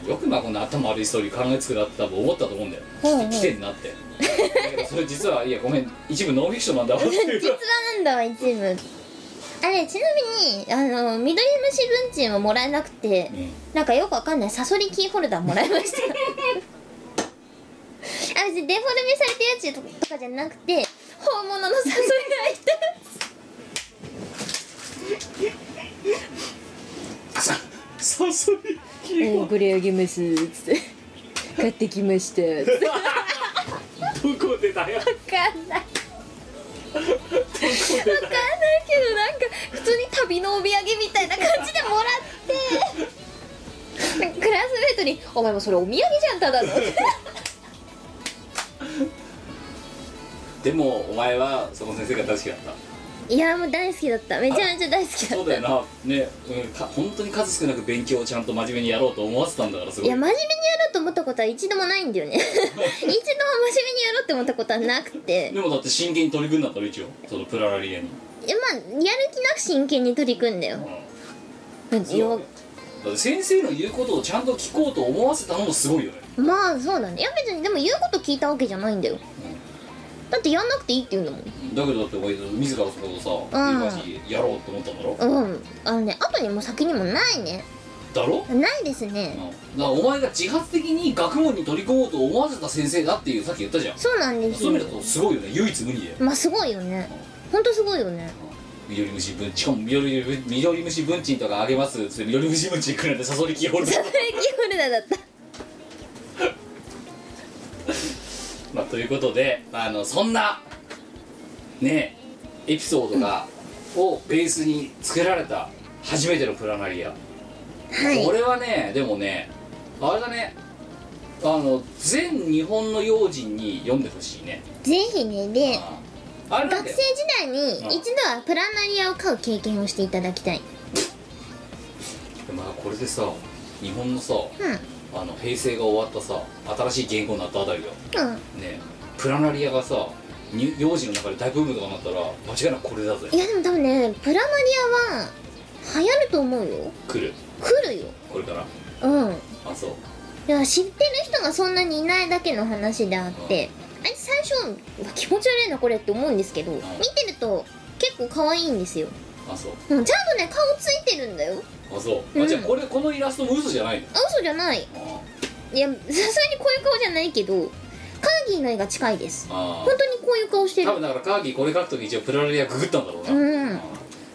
D: うん、よくまあこんな頭悪いストーリー考えつくなって多分思ったと思うん だよ、
A: うんうん
D: 来てんなって だけどそれ実はいやごめん一部ノンフィクションなんだわっていう
A: 実話なんだわ一部あれちなみにあの緑虫文鎮はもらえなくて、
D: うん
A: なんかよくわかんないサソリキーホルダーもらいましたあ 別にデフォルメされたやつとかじゃなくて本物のサソリがいた
D: サソリキ
E: え
D: ー
E: ーこれあげますつって買ってきましたつって
D: どこでだよ
A: わかんないわかんないけどなんか普通に旅のお土産みたいな感じでもらってなんかクラスメートに「お前もそれお土産じゃんただの」
D: でもお前はその先生が大好きだった
A: いやもう大好きだっためちゃめちゃ大好きだ
D: そう
A: った
D: だよなね、うん、か本当に数少なく勉強をちゃんと真面目にやろうと思わせたんだからすご
A: い
D: い
A: や真面目にやろうと思ったことは一度もないんだよ ね一度も真面目にやろうって思ったことはなくて
D: でもだって真剣に取り組んだったろ一応そのプララリアに、
A: いやまあやる気なく真剣に取り組んだ
D: うん
A: よ、
D: そうだよねだって先生の言うことをちゃんと聞こうと思わせたのもすごいよね
A: まあそうだねいや別にでも言うこと聞いたわけじゃないんだよ、だってやんなくていいって言うんだもん
D: だけどだってお前自らそこをさ、
A: うん
D: 言い回しやろうと思ったんだろ、
A: うんあのね後にも先にもないね
D: だろ、
A: ないです
D: うん、
A: ね
D: だからお前が自発的に学問に取り組もうと思わせた先生だっていうさっき言ったじゃん
A: そうなんです
D: そう
A: よ
D: いう意味だとすごいよね唯一無二だよ
A: まあすごいよねほんとすごいよね
D: 緑虫文しかも緑虫緑虫文鎮とかあげますっつって緑虫文鎮くれてサソリキーホルダ
A: サ
D: ー
A: ブレキーホルダーだった
D: まあということであのそんなねエピソードが、をベースに作られた初めてのプラナリア、
A: はい
D: これはねでもねあれだねあの全日本の用心に読んでほしいね
A: ぜひねで
D: あれなん
A: 学生
D: だよ
A: 時代に一度はプラナリアを飼う経験をしていただきたい
D: まあこれでさ日本のさ
A: う
D: あの平成が終わったさ新しい言語になったあたりよ
A: んうん
D: ねプラナリアがさに幼児の中で大ブームとかになったら間違いなくこれだぜ
A: いやでも多分ねプラナリアは流行ると思うよ
D: 来る
A: 来るよ
D: これから
A: うん
D: あそう
A: いや知ってる人がそんなにいないだけの話であってあれ最初うわ気持ち悪いなこれって思うんですけど見てると結構可愛いんですよ
D: あそう
A: うんちゃんとね顔ついてるんだよ
D: あそう、あじゃあ
A: うん
D: これこのイラストも嘘じゃないの
A: あ嘘じゃない
D: あ
A: いやさすがにこういう顔じゃないけどカーギーの絵が近いです
D: あ
A: 本当にこういう顔して
D: 多
A: る
D: 分だからカーギーこれ書くとき一応プラナリアググったんだろうな、
A: うん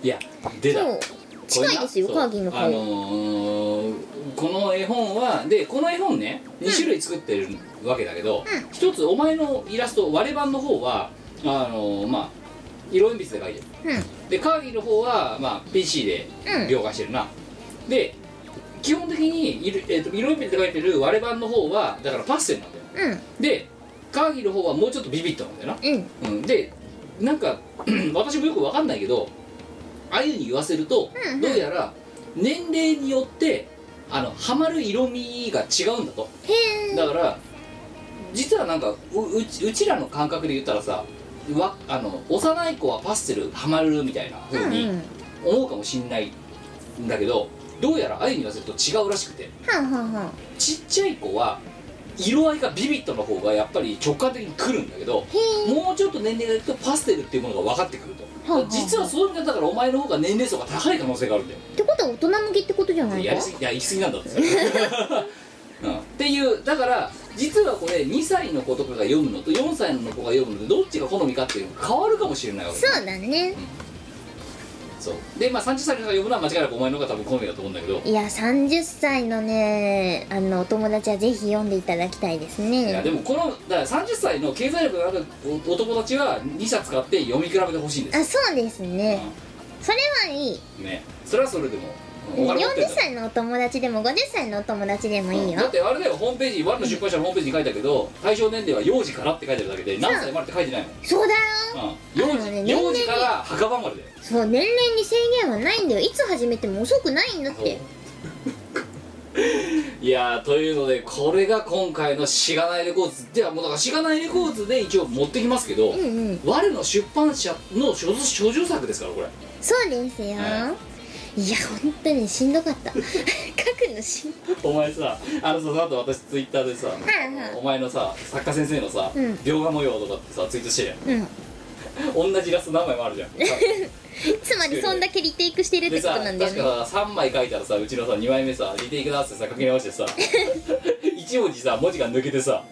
D: いやでだ
A: そう
D: これな
A: 近いですよ
D: そう
A: カーギーの
D: あ
A: 顔
D: のーこの絵本はでこの絵本ね2種類作ってるわけだけど、
A: うん
D: 一つお前のイラスト割れ版の方はあのーまあ色鉛筆で描いてる
A: うんうん
D: でカーギーの方は、まあ、PC で描画してるな、で基本的に色,、えー、と色鉛筆で描いてる割れ版の方はだからパッセルなんだよ
A: うん
D: でカーギーの方はもうちょっとビビったんだよ
A: うん
D: な、うん、でなんか 私もよくわかんないけどあゆに言わせると、
A: うんうん
D: どうやら年齢によってあのハマる色味が違うんだと
A: へえ
D: だから実はなんかううちうちらの感覚で言ったらさわあの幼い子はパステルハマるみたいな
A: う
D: 風
A: んう
D: に
A: ん
D: 思うかもしんないんだけど、どうやらあゆに言わせると違うらしくて
A: はんはんはん
D: ちっちゃい子は色合いがビビットの方がやっぱり直感的にくるんだけど
A: へえ
D: もうちょっと年齢がいくとパステルっていうものが分かってくると、
A: はあはあ
D: 実はそういう意味だからお前の方が年齢層が高い可能性があるんだよ
A: ってことは大人向けってことじゃない
D: やり
A: か
D: すぎいや行き過ぎなんだって、うん、っていうだから実はこれ2歳の子とかが読むのと4歳の子が読むのでどっちが好みかっていうのが変わるかもしれないわけ
A: そうだね
D: そうでまあ30歳の人が読むのは間違いなくお前の方が多分好みだと思うんだけど、
A: いや30歳のねあのお友達はぜひ読んでいただきたいです
D: いや
A: ね
D: でもこのだから30歳の経済力のあるおお友達は2冊買って読み比べてほしいんです
A: あそうですねそれはいい
D: ねそれはそれでもうんお金持って
A: 40
D: んだ
A: 歳のお友達でも50歳のお友達でもいいよ
D: だってあれだよホームページワルの出版社のホームページに書いたけど対象年齢は幼児からって書いてあるだけで何歳までって書いてないもん
A: そうだよ
D: うん幼
A: あの
D: 児
A: ね年
D: 幼
A: 齢
D: 児から墓場までだよ
A: そう年齢に制限はないんだよいつ始めても遅くないんだって
D: いやーというのでこれが今回の「しがないレコーズ」ではもうだから「しがないレコーズ」で一応持ってきますけど、
A: うんうん
D: 我の出版社の所属所属作ですからこれ
A: そうですよ、
D: はい
A: や本当にしんどかった 書くのしんど
D: お前さあのさその後私ツイッターでさ、
A: いはい
D: お前のさ作家先生のさ、
A: うん
D: 描画模様とかってさツイートしてるやん
A: うん
D: 同じイラスト何枚もあるじゃん
A: つまりそんだけリテイクしてるっ
D: で
A: てこ
D: さ
A: となんだよ
D: 確
A: ね
D: かさ3枚書いたらさうちのさ2枚目さリテイクだっつってさ書き直してさ 一文字さ文字が抜けてさ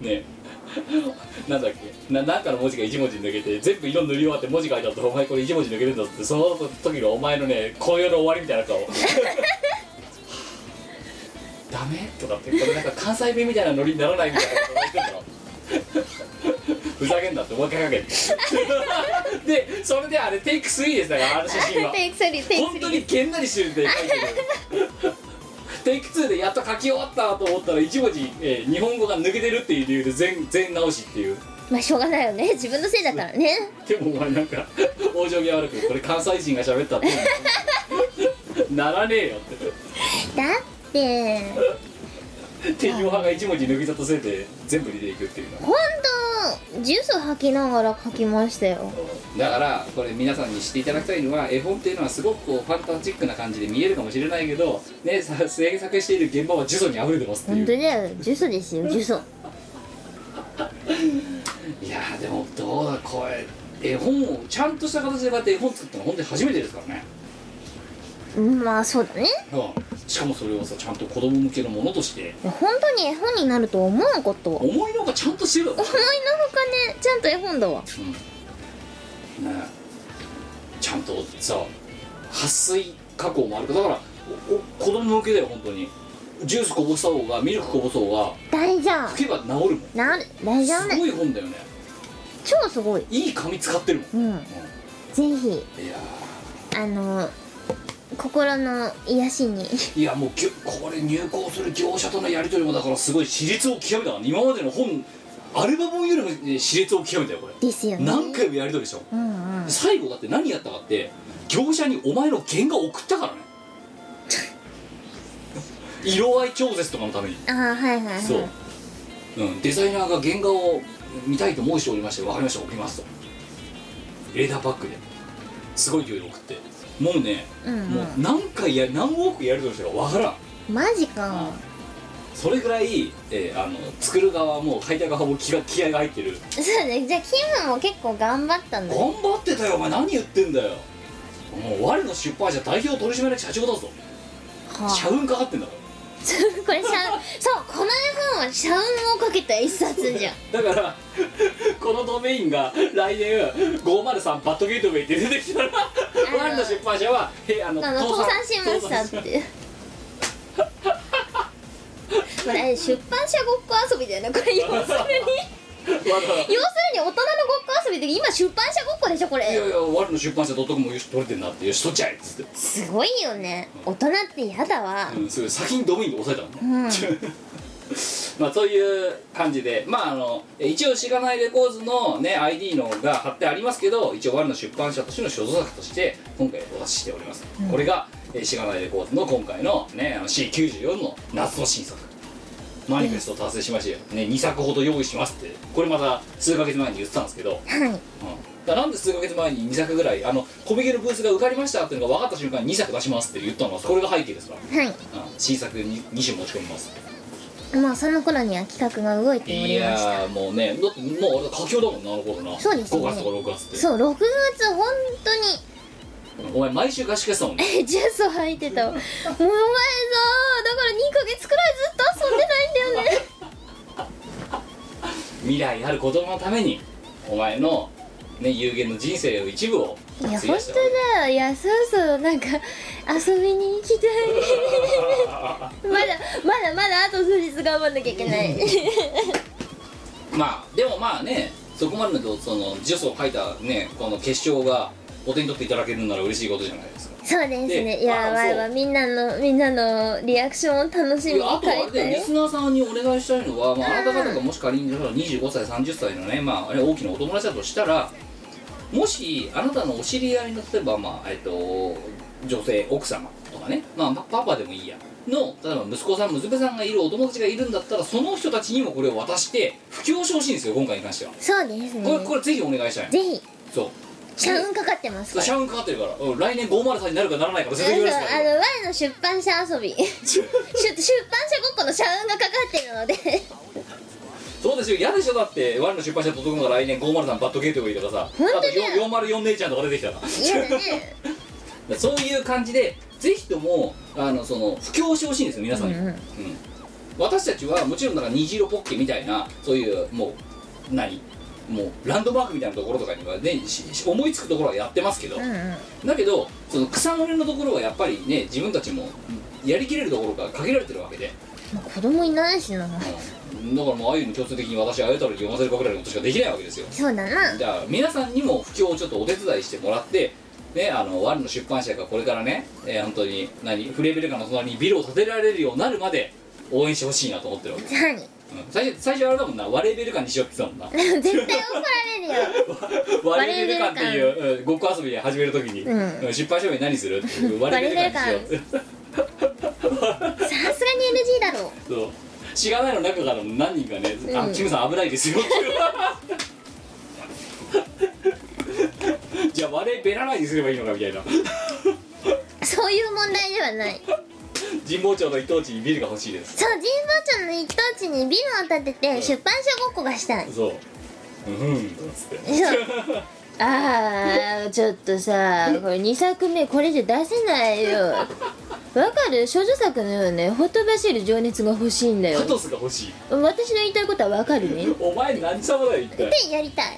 D: ね なんだっけななんかの文字が一文字抜けて全部色塗り終わって文字書いてあったらお前これ一文字抜けてんだってその時のお前のね紅葉の終わりみたいな顔 ダメとかってこれなんか関西弁みたいなノリにならないみたいなこと言ってんだろふざけんなってもう一回書けって でそれであれテイク3ですだからあの写真
A: うん
D: は
A: テイク3テイク
D: 本当
A: 3
D: にげんなりしてるんで書いてるテイク2でやっと書き終わったと思ったら一文字、えー日本語が抜けてるっていう理由で全 全直しっていう
A: まあしょうがないよね自分のせいだからね
D: でもお前なんか 往生際悪くこれ関西人が喋ったっていう のならねえよっ
A: だって
D: て天井派が一文字抜けちゃったせいで全部出ていくっていうの
A: 本当ジュース吐きながら書きましたよ
D: だからこれ皆さんに知っていただきたいのは絵本っていうのはすごくこうファンタジックな感じで見えるかもしれないけどねさ制作している現場は呪詛にあふれてますってい
A: 本
D: う
A: 当だよジュースですよジュース
D: いやーでもどうだこれ絵本をちゃんとした形でこうやって絵本作ったの本当に初めてですからね、
A: うんまあそうだね
D: うん、しかもそれをさちゃんと子供向けのものとして
A: 本当に絵本になると思うこと思い
D: 思いのほかちゃんとしてるだ
A: の
D: ろ
A: ほかねちゃんと絵本だわ
D: うんねちゃんとさ撥水加工もあるからだからおお子供向けだよ本当にジュースこぼした方がミルクこぼそうが
A: 大丈夫
D: 拭けば治るもん
A: なる大丈
D: す
A: 夫
D: ごい本だよね
A: 超すごい
D: いい紙使ってるもん、
A: うんぜひ
D: うんいや
A: あの心の癒しに
D: ーいやもうぎゅこれ入稿する業者とのやり取りもだからすごい熾烈を極めたからね今までの本アルバムよりもね熾烈を極めたよこれ
A: ですよね
D: 何回もやり取りしたもん
A: うんうん
D: 最後だって何やったかって業者にお前の原画送ったから ね色合い調節とかのために
A: ああはいはいはい
D: そう、うん、デザイナーが原画を見たいと申しておりまして分かりました送りますとレーダーパックですごい勢いで送ってもうね、
A: うんうん
D: もう何回や何億やり取りしたか分からん
A: マジか
D: それぐらい、えーあの作る側も書いた側も気が気合が入ってる
A: そうだねじゃあキムも結構頑張ったんだね
D: 頑張ってたよお前何言ってんだよもう我の出版社代表取締役社長だぞ
A: はあ
D: 社運かかってんだか
A: これシャウそうこの絵本は社運をかけた一冊じゃん
D: らだから このドメインが来年503バッドゲートウェイって出てきたら
A: の
D: 我の出版社はへあの
A: あの倒産しま
D: 倒産
A: したっていう これ出版社ごっこ遊びだよねこれ 要するに
D: わざわ
A: 要するに大人のごっこ遊びで今出版社ごっこでしょこ
D: ざいや
A: れ
D: いや我の出版社 .com もよし取れてんなってよし取っちゃえっつって、
A: すごいよね大人ってやだわ
D: うん、それ先にドメインで押さえたのね、
A: うん
D: まあそういう感じでまああのえ一応しがないレコーズのね ID のが貼ってありますけど一応我の出版社としての所蔵作として今回お出ししております、これがえしがないレコーズの今回のねあの C94 の夏の新作マニフェストを達成しまして、ね、2作ほど用意しますってこれまた数ヶ月前に言ってたんですけど、
A: はい
D: だからなんで数ヶ月前に2作ぐらいあのコミケのブースが受かりましたっていうのが分かった瞬間に2作出しますって言ったのはこれが背景ですから、
A: は
D: うん、新作に2種持ち込みます
A: いもうその頃には企画が動いてお
D: い
A: りまし
D: やーもうねだってもうあれ佳境だもんなあの頃な
A: そうですね
D: 5月とか6月って
A: たそう6月本当に
D: お前毎週合宿してたもんね
A: えジュースを吐いてたわもうお前さだから2ヶ月くらいずっと遊んでないんだよね
D: 未来ある子供のためにお前のね有限の人生の一部を
A: いや
D: 費や
A: 本
D: して
A: 当だよいやそろそろなんか遊びに行きた いまだまだまだあと数日頑張んなきゃいけない
D: まあでもまあねそこまでのとそのジュースを書いたねこの結晶がお手に取っていただけるなら嬉しいことじゃないですか
A: そうですね
D: で
A: いや
D: あ
A: わい
D: そう
A: わみんなのみんなのリアクションを楽しみ
D: い
A: に
D: やあとあ
A: 書
D: れ
A: いた
D: でリ
A: よ
D: スナーさんにお願いしたいのは、まあ、あなた方がもし仮に25歳30歳のね、まあ、あれ大きなお友達だとしたらもしあなたのお知り合いの例えば、まあえっと、女性奥様とかね、まあ、パパパでもいいやの例えば息子さん娘さんがいるお友達がいるんだったらその人たちにもこれを渡して布教してほしいんですよ今回に関しては
A: そうです
D: これ
A: ね
D: これぜひお願いしたいの
A: ぜひ
D: そう
A: 社運かかってますから
D: シャウンかかってるからうん来年503になるかならないかの
A: そ
D: 説
A: うあの
D: 明
A: 我
D: ですから
A: の出版 社遊び出出版社ごっこの社運がかかってるので
D: どうでしょう嫌でしょだって我の出版社届くのが来年503バッドゲートウェイとかさ
A: 本当
D: あと
A: だよ
D: 404姉ちゃんとか出てきたら
A: 嫌だね
D: そういう感じでぜひともあのその布教してほしいんですよ皆さんに、
A: うんうん
D: うん私たちはもちろんだから虹色ポッケみたいなそういうもう何もうランドマークみたいなところとかにはねしし思いつくところはやってますけど、
A: うんうん
D: だけどその草の根のところはやっぱりね自分たちもやりきれるところが限られてるわけで、
A: まあ子供いないしな
D: うんだからもうあゆに強制的に私あゆたるに読ませるかぐらいのことしかできないわけですよ
A: そうだな
D: じゃあ皆さんにも布教をちょっとお手伝いしてもらってねあの我の出版社がこれからね、えー本当に何フレーベルカの隣にビルを建てられるようになるまで応援してほしいなと思ってるわけ、
A: じ
D: うん、
A: ゃあに
D: 最初最初あれだもんな我レベルカにしようって言ってたもん な
A: 絶対怒られるよ
D: 我レベルカっていう、うん、ごっこ遊びで始めるときに、
A: うん
D: うん出版社名何するっていう我レベルカにしよう
A: さすがに NG だろ
D: そう知らないの中からも何人かね「あ
A: うん
D: キムさん危ないですよ」じゃあ我ベラないにすればいいのかみたいな
A: そういう問題ではない
D: 神保町の一等地にビルが欲しいです
A: そう神保町の一等地にビルを建てて出版社ごっこがしたい
D: そううんとかつって
A: そうあーちょっとさこれ2作目これじゃ出せないよわ
E: かる少女作のようねほとばしる情熱が欲しいんだ よ
D: カトスが欲しい
E: 私の言いたいことはわかるね
D: お前何様だよ一体
A: でやりた い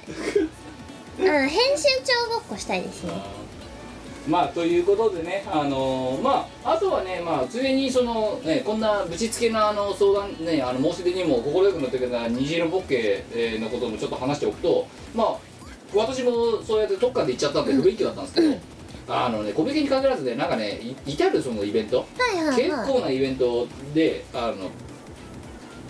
A: あの編集長ごっこしたいですね
D: まあということでねあのーまああとはねまあついでにその、ね、こんなぶちつけなあの相談ねあの申し出にも快くなってくれた虹色ボッケえーのこともちょっと話しておくとまあ私もそうやって特化で行っちゃったんで不勉強だったんですけど、あのね小池に限らずねなんかねい至るそのイベント
A: はいはい
D: 結
A: はい
D: 構なイベントであの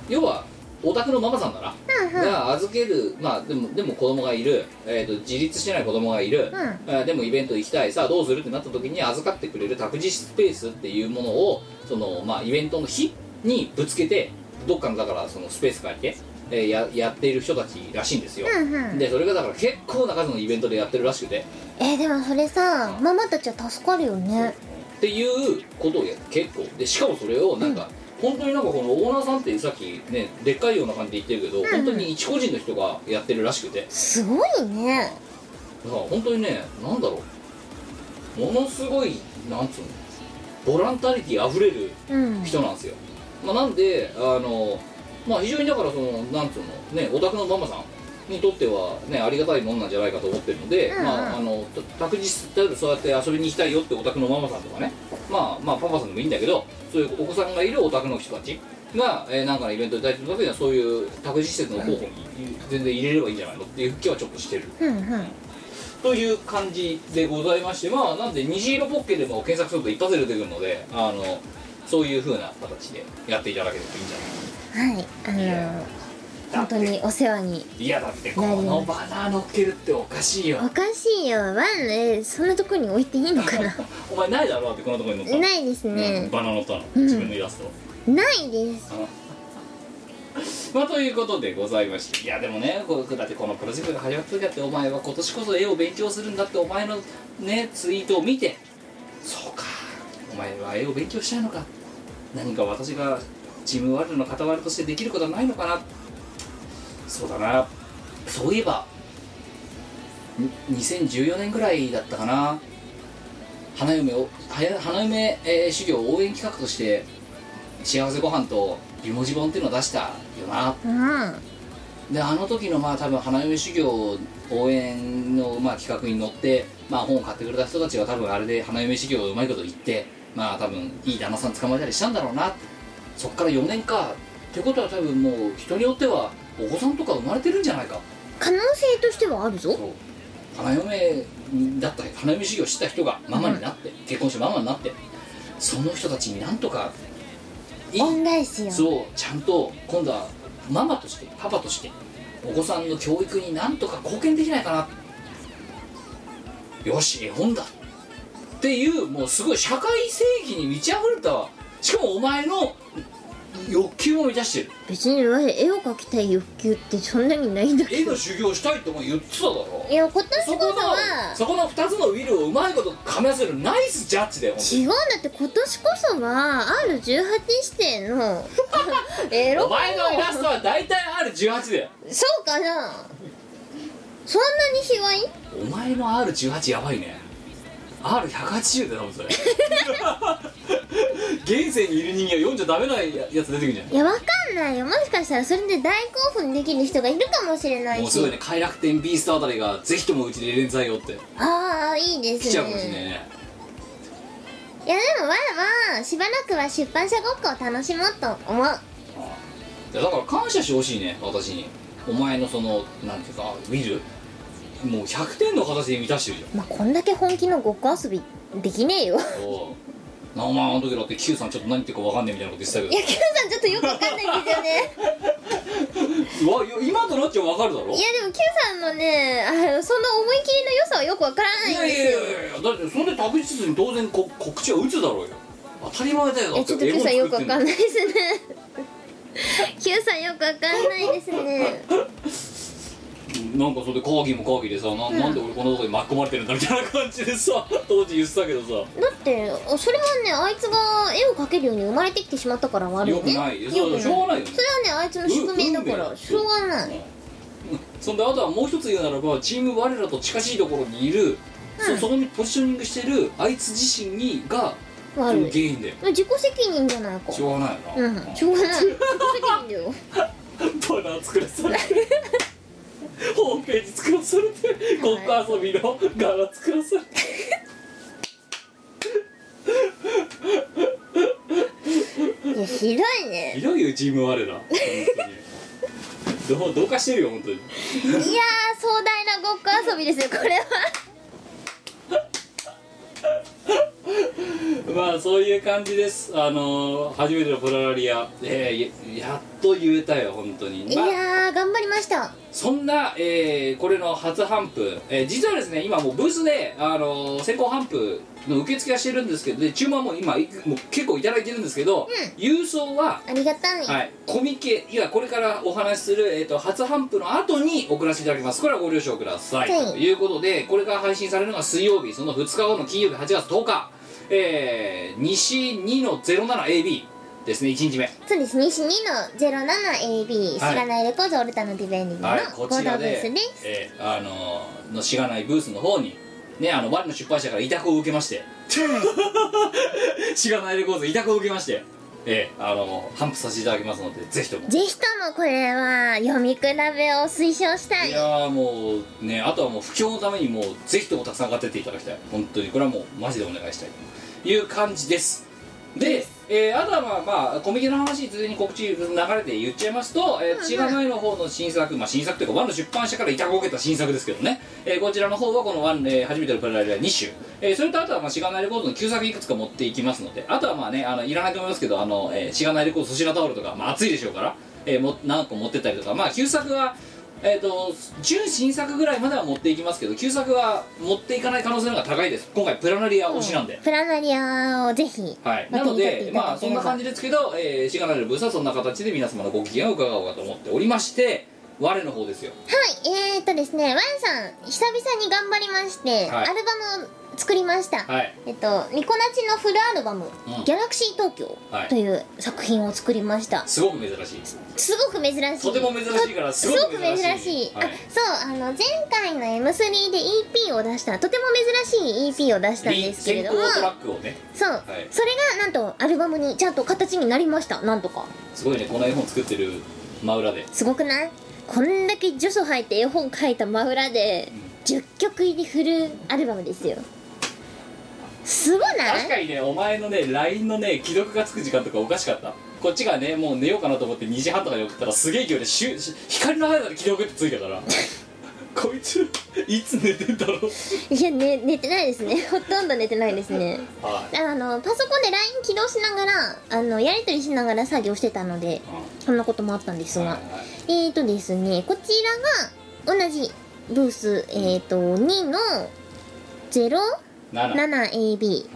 D: 要はオタクのママさんだな、
A: うんうん
D: が預けるまあでもでも子供がいる、えー、と自立してない子供がいる、
A: うん
D: あーでもイベント行きたいさあどうするってなった時に預かってくれる託児スペースっていうものをその、まあ、イベントの日にぶつけてどっかのだからそのスペース借りて、えーややっている人たちらしいんですよ、
A: うんうん
D: でそれがだから結構な数のイベントでやってるらしくて
A: えーでもそれさママたちは助かるよね
D: っていうことをや結構でしかもそれをなんか、本当になんかこのオーナーさんってさっきねでっかいような感じで言ってるけど、
A: ん
D: 本当に一個人の人がやってるらしくて
A: すごいね
D: だから本当にねなんだろうものすごいなんつうのボランタリティあふれる
A: うん
D: 人なんですよ、まあ、なんであのまあ非常にだからそのなんつうのねお宅のママさんにとってはねありがたいもんなんじゃないかと思ってるので、
A: うんうん
D: まああのた託児例えばそうやって遊びに行きたいよってお宅のママさんとかねまあまあパパさんでもいいんだけどそういうお子さんがいるお宅の人たちが、えーなんかのイベントで大体の時にはそういう託児施設の候補に全然入れればいいんじゃないのっていう気はちょっとしてる
A: うんうん
D: という感じでございましてまあなんで虹色ポッケでも検索すると一発で出てくるのであのそういうふうな形でやっていただけるといいんじゃないか
A: はいあ
D: い
A: の
D: や
A: 本当にお世話に
D: いやだってこのバナー乗っけるっておかしいよ
A: おかしいよワンえーそんなとこに置いていいのか な
D: お前ないだろだってこんなとこに乗った
A: ないです
D: うん
A: ね
D: バナー乗ったの、
A: うん
D: 自分のイラスト
A: ないです
D: まあということでございましていやでもねこうだってこのプロジェクトが始まった時だってお前は今年こそ絵を勉強するんだってお前のねツイートを見てそうかお前は絵を勉強したいのか何か私がチームワールドの片割れとしてできることはないのかなそうだなそういえばん2014年ぐらいだったかな花嫁をはや花嫁、えー、修行応援企画として幸せご飯と湯文字本っていうのを出したよな
A: うん
D: であの時のまあ多分花嫁修行応援のまあ企画に乗って、まあ、本を買ってくれた人たちは多分あれで花嫁修行をうまいこと言ってまあ多分いい旦那さん捕まえたりしたんだろうなそっから4年かってことは多分もう人によってはお子さんとか生まれてるんじゃないか
A: 可能性としてはあるぞ
D: そう花嫁だった花嫁修行してた人がママになって、結婚してママになってその人たちになんとかいい
A: 恩返しよ
D: そうちゃんと今度はママとしてパパとしてお子さんの教育になんとか貢献できないかなよし絵本だっていうもうすごい社会正義に満ち溢れたしかもお前の欲求も満たしてる
A: 別にわ絵を描きたい欲求ってそんなにないんだけ
D: 絵の
A: ど
D: 修行したいとも言ってただろ
A: いや今年
D: そ
A: こ
D: こ
A: そは
D: のそこの2つのウィルをうまいことかみ合わせるナイスジャッジだよ本当に
A: 違うんだって今年こそは R18 指定 のエロ
D: お前のイラストは大体 R18 だよ
A: そうかなそんなに卑猥
D: お前の R18 やばいね R180 だよ多分それ 現世にいる人間は読んじゃダメなやつ出てくるんじゃない
A: いやわかんないよもしかしたらそれで大興奮できる人がいるかもしれない
D: もうすごい
A: し
D: ね快楽天ビーストあたりがぜひともうちで連載をって
A: ああいいで
D: 来ち
A: す
D: ゃうかもしれない
A: ね
D: ね
A: いやでもわらはしばらくは出版社ごっこを楽しもうと思う
D: いやだから感謝してほしいね私にお前のそのなんていうかウィルもう100点の形で満たしてるじゃん
A: まあこんだけ本気のごっこ遊びできねえよ い
D: おうお前あの時だって Q さんちょっと何言ってるか分かんねえみたいなこと言って
A: や
D: た
A: キムさんちょっとよくわかんないんですよ ね
D: けどうわいや今となっちゃ分かるだろ
A: いやでもキムさんのねあのその思い切りの良さはよくわからないんですよ
D: いやいやいやだってそれで確実に当然こ告知は打つだろうよ当たり前だよ
A: い
D: だ
A: や
D: って
A: ちょっと Q さん
D: 英
A: よ
D: 語
A: くわ
D: 作
A: か
D: っ
A: ん
D: て
A: な
D: んだ
A: いです ね Q さんよくわかんないですね
D: なんかそれで講義も講義でさな,、ん、なんで俺こんなとこに巻き込まれてるんだみたいな感じでさ 当時言ってたけどさ
A: だってあそれはねあいつが絵を描けるように生まれてきてしまったから悪いね
D: よくないよ
A: よく
D: そう
A: ない
D: し
A: それ
D: ょう
A: は
D: がないよね
A: ねあいつの宿命だか
D: う運命
A: ら
D: だ
A: しょうがない
D: そんであとはもう一つ言うならばチーム我らと近しいところにいる、そそこにポジショニングしてるあいつ自身にが原
A: 悪い
D: 因だよ
A: 自己責任じゃないか
D: しょうがないよ
A: う
D: な、
A: んしょうがない自己責任だ よ
D: バナー作 らされてホームページ作らされて国家遊びの柄作らされて
A: いやひどい
D: ひ
A: ね
D: どいよチーム我ら本当にどうどうかしてるよ本当に
A: いやー壮大なごっこ遊びですよこれは
D: まあそういう感じですあのー初めてのプララリア、えーややっと言えたよ本当に
A: い
D: まあ
A: やー頑張りました
D: そんな、えーこれの初頒布、えー実はですね今もうブースで、あのー先行頒布の受付はしてるんですけどで注文も今いくもう結構いただいてるんですけど、郵送は、
A: ありがたい、
D: はい、コミケいやこれからお話しする、えー、と初頒布の後に送らせていただきますこれはご了承ください、
A: はい
D: ということでこれから配信されるのが水曜日その2日後の金曜日8月10日、えー、西2の 07AB ですね1日目
A: そうです西2の 07AB 知
D: はい
A: らないレコードオルタのディベンディングの
D: はい、こ
A: 合同ブ
D: ちら
A: ー
D: で
A: スです、
D: えーあのーのしがないブースの方にねあの我の出版社から委託を受けまして しがないレコード委託を受けましてえーあのー頒布させていただきますのでぜひとも
A: ぜひともこれは読み比べを推奨した
D: い
A: い
D: やーもうねあとはもう不況のためにもうぜひともたくさん買ってっていただきたい本当にこれはもうマジでお願いしたいという感じですで、えーあとはまあまあコミケの話ついでに告知流れて言っちゃいますと「えー、血がない」の方の新作まあ新作というかワンの出版社から委託を受けた新作ですけどね、えーこちらの方はこのワン、えー初めてのプライラ2種、えーそれとあとはまあしがないレコードの旧作いくつか持っていきますのであとはまあねあのいらないと思いますけどあの、えー、しがないレコード粗品タオルとか、まあ、熱いでしょうから、えーも何個持ってったりとかまあ旧作はえー、と純新作ぐらいまでは持っていきますけど旧作は持っていかない可能性の方が高いです今回プラナリア推しなんで、
A: プラナリアをぜひ
D: はい、
A: ま
D: な
A: た
D: の
A: 見て
D: で
A: い、た
D: ま
A: だ
D: あ、
A: け
D: そ
A: れ
D: ん
A: ば
D: な感じですけど、えー、しがないるブースはそんな形で皆様のご機嫌を伺おうかと思っておりまして、我の方ですよ。
A: はいえー、っとですねワンさん久々に頑張りまして、
D: はい
A: アルバムを作りました、
D: はい、
A: えっと、ニコナチのフルアルバム「
D: うん
A: ギャラクシー東京
D: は」い
A: という作品を作りました、
D: すごく珍しい。
A: すごく珍しい
D: とても珍しいから
A: と
D: すごく珍しい
A: あ
D: はい
A: そうあの前回の M3 で EP を出したとても珍しい EP を出したん
D: リ
A: ですけれ
D: 先
A: ど
D: 行
A: も
D: トラックをね、
A: そう、
D: い
A: それがなんとアルバムにちゃんと形になりましたなんとか
D: すごいね、この絵本作ってる真裏で。
A: すごくないこんだけ女子入って絵本書いた真裏で10曲入りフルアルバムですよすごない
D: 確かにね、お前のね、LINE のね、既読がつく時間とかおかしかった。こっちがね、もう寝ようかなと思って2時半とかに送ったら、すげえ勢いでしゅし光の速さで既読ってつい たから、こいつ、いつ寝てんだろう。
A: いや、ね、寝てないですね ほとんど寝てないですね
D: はい。
A: あのパソコンで LINE 起動しながらあのやり取りしながら作業してたのでそんなこともあったんです
D: うん
A: が、
D: はいはい
A: えーとですね、こちらが同じブース、えーと、2の
D: 7。
A: 07AB
D: う
A: で、
D: ん
A: で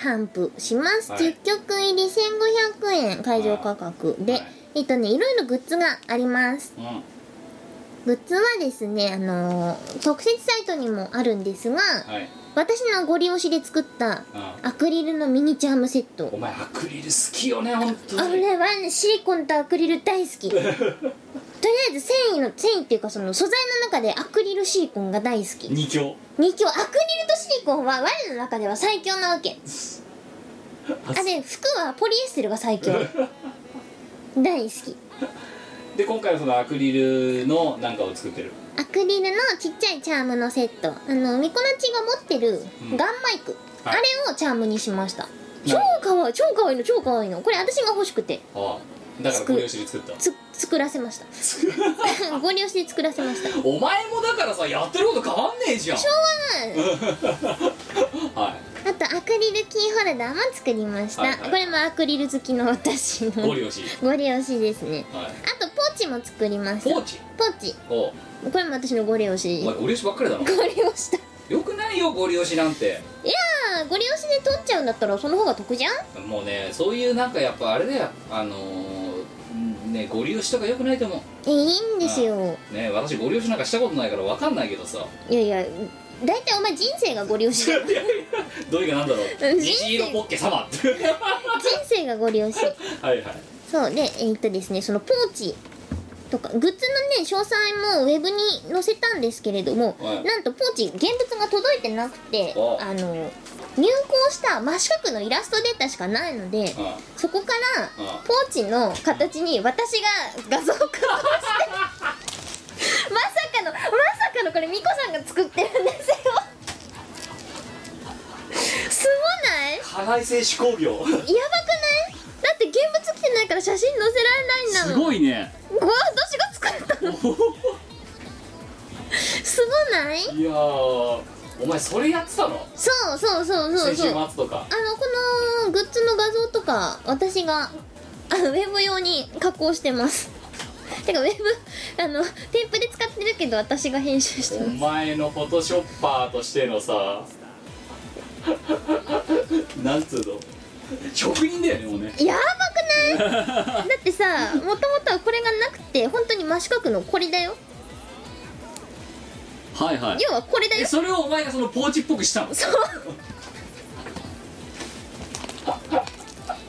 A: 頒布します、
D: はい
A: 10曲入り1500円会場価格で、
D: はい
A: えっとねいろいろグッズがあります
D: うんは
A: グッズはですねあのー特設サイトにもあるんですが、
D: い
A: 私のご利用しで作った
D: う
A: アクリルのミニチュアムセット
D: んお前アクリル好きよね本当
A: あ
D: に
A: れはねシリコンとアクリル大好 きとりあえず繊維の繊維っていうかその素材の中でアクリルシリコンが大好き
D: 二強
A: 二強アクリルとシリコンは我の中では最強なわけあで服はポリエステルが最 強大好き
D: で今回はそのアクリルのなんかを作ってる
A: アクリルのちっちゃいチャームのセットあのミコナチが持ってる
D: うん
A: ガンマイク、
D: は
A: あ
D: い
A: れをチャームにしました
D: な
A: 超
D: る
A: かわいい超かわいいの超かわいいのこれ私が欲しくて
D: ああだからご両親に作った
A: つ作らせました ご利用して作らせました
D: お前もだからさやってること変わんねえじゃん
A: うん
D: は
A: あとアクリルキーホルダーも作りました、
D: はいはい
A: これもアクリル好きの私
D: いご
A: の
D: 両親
A: ご利用しですね
D: はい
A: あとポーチも作りました
D: ポーチ
A: ポーチ
D: おう
A: これも私のご利用し
D: お前ご両親ばっかりだな
A: ご利用した
D: よくないよご両親なんて
A: あーご利用しで取っちゃうんだったらその方が得じゃん
D: もうねそういうなんかやっぱあれだよあのー、ねご利用しとかよくないと思
A: えいいんですよ
D: うね私ご利用しなんかしたことないからわかんないけ どさ
A: いやいや大体お前人生がご利 用しだよ人
D: どういうかなんだろう
A: うん
D: 虹色ポッケ様 って
A: 生がご利用し
D: はいはい
A: そうでえーっとですねそのポーチとかグッズのね詳細もウェブに載せたんですけれども、
D: はい
A: なんとポーチ現物が届いてなくて
D: お
A: あの入稿した真四角のイラストデータしかないので
D: うん
A: そこから
D: うん
A: ポーチの形に私が画像を加工してまさかのまさかのこれミコさんが作ってるんですよすごない
D: 家内性思考 病
A: やばくないだって現物来てないから写真載せられないんだもん
D: いね
A: うわ私が作ったのすごない
D: いやーお前それやってたの
A: そうそうそうそう
D: 先週
A: そう
D: 末
A: あの
D: とか
A: このグッズの画像とか私があのウェブ用に加工してます てかウェブあのテープで使ってるけど私が編集して
D: お
A: ます
D: 前のフォトショッパーとしてのさ なんつうの職人だよねもうね
A: やば くないだってさもともとはこれがなくて本当に真四角のこれだよ
D: はいは
A: 要はこれだ
D: え
A: よ
D: それをお前がそのポーチっぽくしたの
A: そう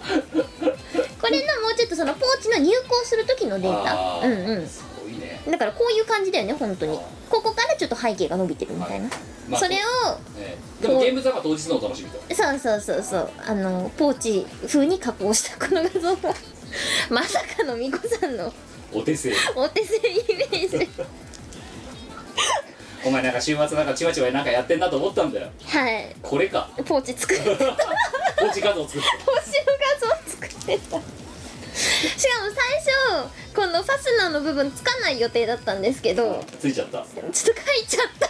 A: これのもうちょっとそのポーチの入稿する時のデータ
D: あ
A: うん
D: ー
A: うん
D: すごいね
A: だからこういう感じだよね本当に
D: あー
A: ここからちょっと背景が伸びてるみたいな、
D: はいまあ
A: それを
D: ええでも現物はまあ当日のお楽しみと
A: そうそうそうそうあのポーチ風に加工したこの画像が まさかのみこさんの
D: お手製
A: お手製イメージ
D: お前なんか週末なんかちまちまなんかやってんなと思ったんだよ
A: はい
D: これか
A: ポーチ作ってた
D: ポーチ画像作
A: 星の
D: って
A: 画像作ってたしかも最初このファスナーの部分つかない予定だったんですけど
D: ついちゃった
A: ちょっと書いちゃった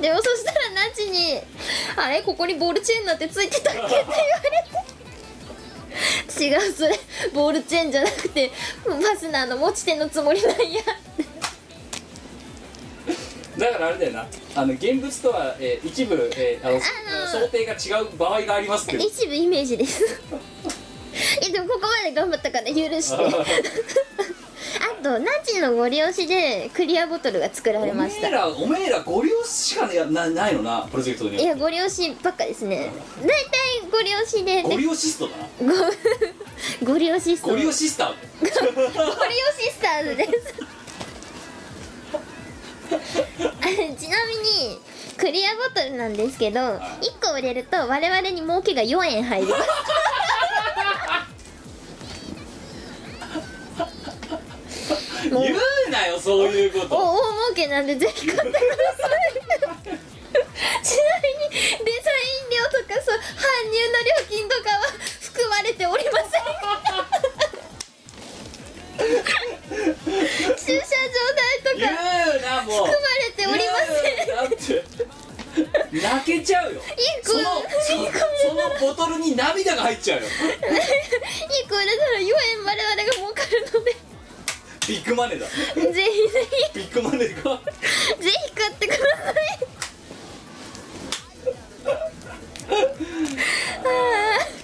A: でもそしたらナチに「あれここにボールチェーンなんてついてたっけ?」って言われて「違うそれボールチェーンじゃなくてファスナーの持ち手のつもりなんや」
D: だからあれだよなあの現物とは、えー一部、えーあの
A: あのー
D: 想定が違う場合がありますけど
A: 一部イメージですえでもここまで頑張ったから許して あとナチのご利用しでクリアボトルが作られ
D: おめ
A: ました
D: えらおめえらご利用しかねなないのなプロジェクトにはい
A: やご利用しばっかですね大体ご利用しで
D: ご
A: で
D: 利用シストだな
A: ご ご利用シスト
D: ご利用シスターだよ
A: コリオシスターズですあちなみにクリアボトルなんですけど1個売れると我々に儲けが4円 入りますもう
D: 言うなよそういう
A: お
D: こと
A: 大儲けなんでぜひ買ってくださいちなみにデザイン料とかそう搬入の料金とかは含まれておりません駐車場代と
D: 言う
A: か
D: なもう
A: 含まれておりません
D: んだって泣けちゃうよ
A: いい子
D: その
A: い
D: そ
A: い子
D: のそのボトルに涙が入っちゃうよ
A: いい子売れたら4円我々が儲かるので
D: ビッグマネーだ
A: ぜひ ぜ
D: ビッグマネーが
A: ひぜひ買ってください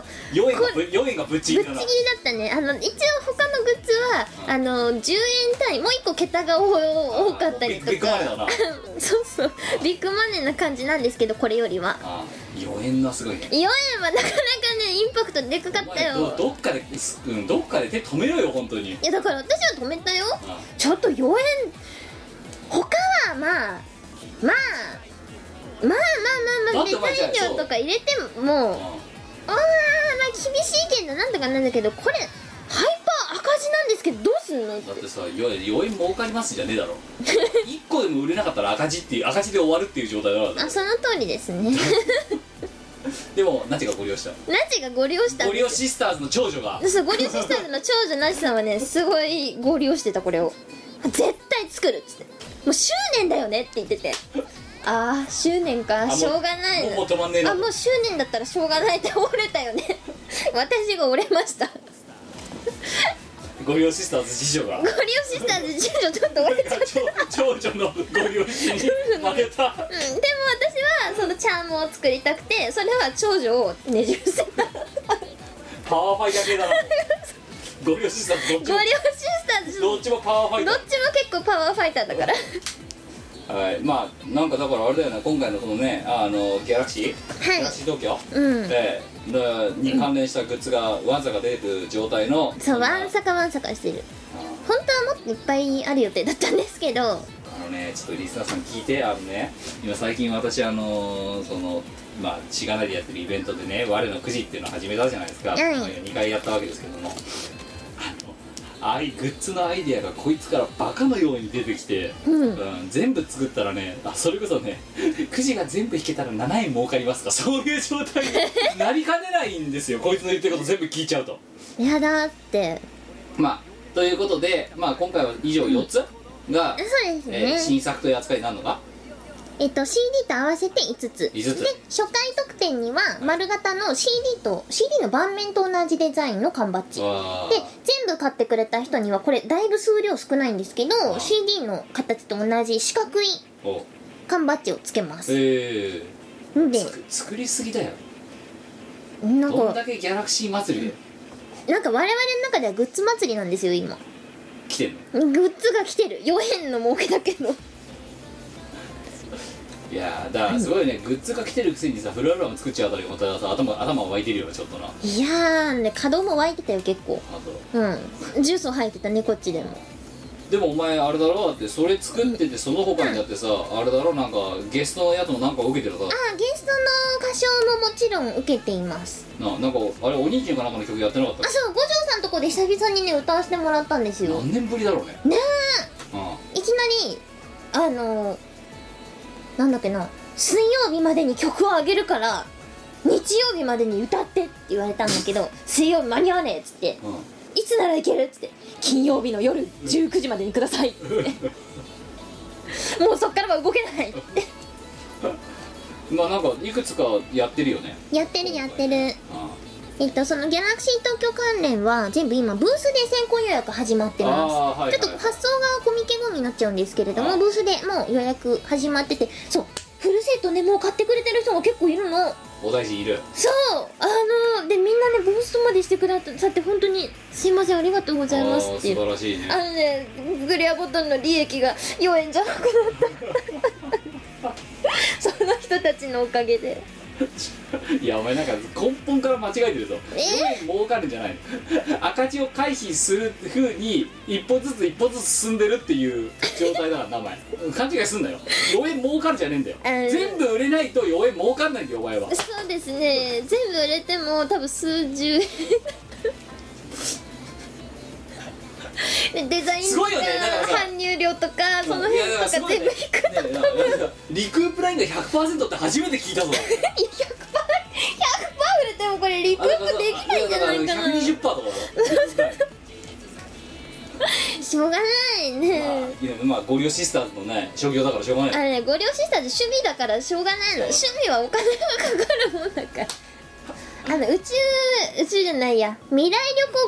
A: ぶ
D: ぶっち
A: っ
D: ぎ
A: ちぎり
D: りだな
A: だったねあの一応他のグッズはあの10円単位もう一個桁が多多かったりとか
D: ビッグマネーだな
A: そうそうビッグマネーな感じなんですけどこれよりは
D: あ4円はすごいね
A: 4円はなかなかねインパクトでかかった
D: お前ど
A: よ
D: どっかで、うん、どっかで手止めろよ本当に
A: いやだから私は止めたよ
D: あ
A: ちょっと4円他はまあまあまあまあまあまあ
D: だってお前
A: ネタ以上とか入れても
D: あ
A: あーまあ厳しいけどなんとかなんだけどこれハイパー赤字なんですけどどうすんのって
D: だってさいわゆる4円儲かりますじゃね えだろ1個でも売れなかったら赤字っていう赤字で終わるっていう状態だから
A: あその通りです ね
D: でもナチがご利用し
A: ナチがご利用したた
D: ご利用シスターズの長女が
A: そうご利用シスターズの長女ナチさんはねすごいご利用してたこれを絶対作るっつってもう執念だよねって言っててああ執念
D: あ
A: か
D: もう
A: しょうがない
D: もうもう止まんねえな
A: あもう執念だったらしょうがないって折れたよね 私が折れました
D: ご利用シスターズ次女が
A: ご利用シスターズ長女ちょっと折れちゃった
D: 長長女のご利用しに
A: う
D: 負けた
A: ん、でも私はそのチャームを作りたくてそれは長女をねじ伏せ た
D: パワーファイター系だなご利用シスターズどっ
A: ご
D: ち
A: 両
D: も
A: 親したんですど
D: ど
A: っ
D: っちもパワーファ
A: ち
D: イ
A: も
D: ター
A: 結構パワーファイターだから
D: はい、まあなんかだからあれだよね今回のこのねあのギャラクシー、ギャラクシー東京、
A: うん
D: ええだに関連したグッズがわんさか出てる状態の
A: そう
D: まあ
A: わんさかわんさかしてる本当はもっといっぱいある予定だったんですけど
D: あのねちょっとリスナーさん聞いてあのね今最近私あのそのまあしがないでやってるイベントでね我のくじっていうのを始めたじゃないですか、
A: ん
D: 2回やったわけですけどもあのああいうグッズのアイディアがこいつからバカのように出てきて、
A: うん
D: うん全部作ったらねあそれこそねくじが全部引けたら7円儲かりますかそういう状態になりかねないんですよこいつの言ってること全部聞いちゃうと
A: やだって
D: まあということで、まあ、今回は以上4つが、
A: そうです
D: えー
A: ね
D: 新作という扱いになるのか
A: えっと CD と合わせて5つ
D: 5つ
A: で初回特典には丸型の CD と CD の盤面と同じデザインの缶バッジ
D: わ
A: で全部買ってくれた人にはこれだいぶ数量少ないんですけど CD の形と同じ四角い
D: ーお
A: 缶バッジをつけます
D: え
A: ん
D: ー、
A: で
D: つく作りすぎだよ
A: なん
D: どん
A: か
D: だけギャラクシー祭りで
A: なんか我々の中ではグッズ祭りなんですよ今
D: 来てんの
A: グッズが来てる4円の儲けだけど
D: いやーだからすごいねグッズが来てるくせにさフルアルバム作っちゃうあたりまたさ頭頭湧いてるよなちょっとなあ
A: いやーね稼働も湧いてたよ結構
D: と
A: うんジュースを吐いてたねこっちでも
D: でもお前あれだろだってそれ作っててその他にだってさあれだろなんかゲストのやつもなんか受けてるさ
A: ああゲストの歌唱ももちろん受けています
D: ななんかあれお兄ちゃんかなんかの曲やってなかっ
A: あそう五条さんとこで久々にね歌わせてもらったんです
D: た
A: よ
D: 何年ぶりだろうね
A: ね
D: うん
A: えいきなりあのー、なんだっけな水曜日までに曲をあげるから日曜日までに歌ってって言われたんだけど水曜日間に合わねえっつって
D: うん
A: いつならいけるっつって金曜日の夜19時までにくださいってもうそっからは動けないって
D: まあなんかいくつかやってるよね
A: やってるやってる
D: あ
A: えっとそのギャラクシー東京関連は全部今ブースで先行予約始まってます
D: あーはいはい
A: ちょっと発送がコミケ後になっちゃうんですけれどもブースでもう予約始まっててそうフルセットねもう買ってくれてる人が結構いるの
D: お大臣いる
A: そうあのでみんなねブースまでしてくださって本当にすいませんありがとうございます
D: あー
A: ってい
D: 素
A: う
D: 晴らしいね
A: あのねグレアボトルの利益が4円じゃなくなった その人たちのおかげで
D: いやお前なんか根本から間違えてるぞ
A: え
D: 儲かるんじゃないの赤字を回避するふうに一歩ずつ一歩ずつ進んでるっていう状態だからなお前勘違いすんなよ4円儲かるじゃねえんだよ
A: あの
D: 全部売れないと4円儲かんないんだよお前は
A: そうですね全部売れても多分数十円 でデザイン
D: す
A: とか
D: ごいよねだからさ
A: 搬入料とかその
D: い
A: 辺
D: やだらす
A: とか
D: ごい
A: 全
D: ね
A: 部いく
D: ねえななんかリクープラインが100%って初めて聞いたぞ
A: 100%売れてもこれリクープできないんじゃないかな
D: 120%とかだよ
A: しょうがない
D: まあ
A: ね、
D: いやまあゴリオシスターズのね商業だからしょうがない
A: あのねご両親たち趣味だからしょうがないの趣味はお金がかかるもんだからあの宇宙宇宙じゃないや未来旅行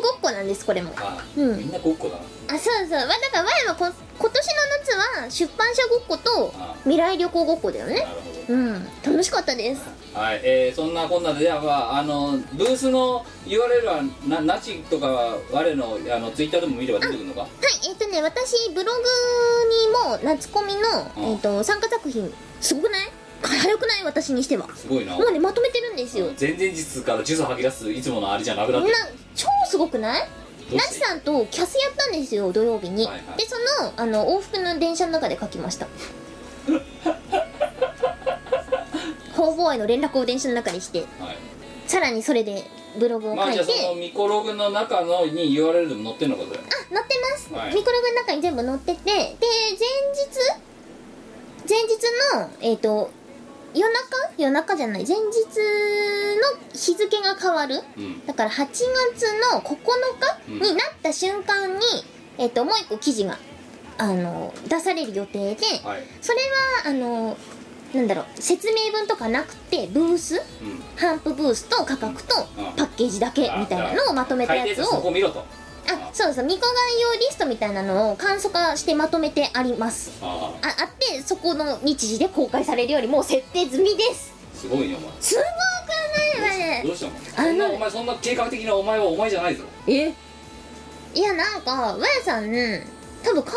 A: ごっこなんですこれも
D: あ
A: うん
D: みんなごっこだな
A: あそうそうわだからわやはこ今年の夏は出版社ごっこと
D: あ
A: 未来旅行ごっこだよね
D: なるほど
A: うん楽しかったです
D: はいえーそんなこんなででは、まあ、あのブースの URL はなナチとかは我のあのツイッターでも見れば出てくるのか
A: はいえっ、とね私ブログにも夏コミの、えっと参加作品すごくない早くない私にしては
D: すごいな
A: もうねまとめてるんですよ
D: 前々日からジュース吐き出すいつものあれじゃなくな
A: な
D: ってる
A: 超すごくない
D: どう
A: ナ
D: し
A: チ
D: て
A: さんとキャスやったんですよ土曜日に、
D: はいはい
A: でそのあの往復の電車の中で書きま した方々への連絡を電車の中にして
D: はい
A: さらにそれでブログを
D: ま
A: 書
D: あ
A: いて
D: じゃあそのミコログの中のに URL でも載ってんのかそれ
A: あ載ってます、
D: はい
A: ミコログの中に全部載っててで前日前日のえっ、と夜中夜中じゃない前日の日付が変わる
D: うん
A: だから8月の9日になった瞬間に、えっ、ともう一個記事があの出される予定で
D: はい
A: それはあのなんだろう説明文とかなくてブース
D: うん
A: ハンプブースと価格と
D: うん
A: パッケージだけみたいなのをまとめた
D: 書い
A: や
D: て
A: つ
D: るそ
A: を
D: こ見ろと
A: あそうそうミコ概要リストみたいなのを簡素化してまとめてあります
D: あ
A: ああってそこの日時で公開されるよりもう設定済みです
D: あすごいねお前
A: すごくないわね
D: どうしたの
A: あの
D: そんなお前そんな計画的なお前はお前じゃないぞ
E: え
A: いやなんかわやさん多分会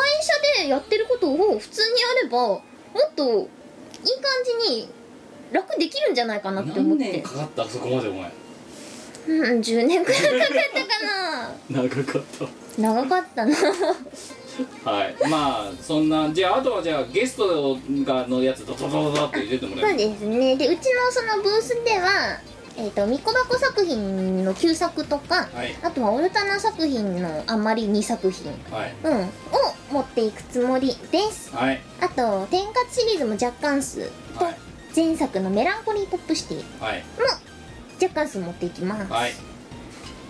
A: 社でやってることを普通にやればもっといい感じに楽できるんじゃないかなって思
D: 何
A: っ
D: 年
A: て
D: かかったそこまでお前
A: うん10年くらいかかったかな
D: 長かった
A: 長かったな
D: はいまあそんなじゃああとはじゃあゲストがのやつドドドドドって入れてもらえ
A: そう
D: る
A: ですねでうちのそのブースではえっ、とみこ箱作品の旧作とか、
D: はい
A: あとはオルタナ作品のあんまり2作品
D: はい
A: うんを持っていくつもりです
D: はい
A: あと天活シリーズも若干数と
D: はい
A: 前作のメランコリーポップシティ
D: はい
A: 若干数持っていきます、
D: はい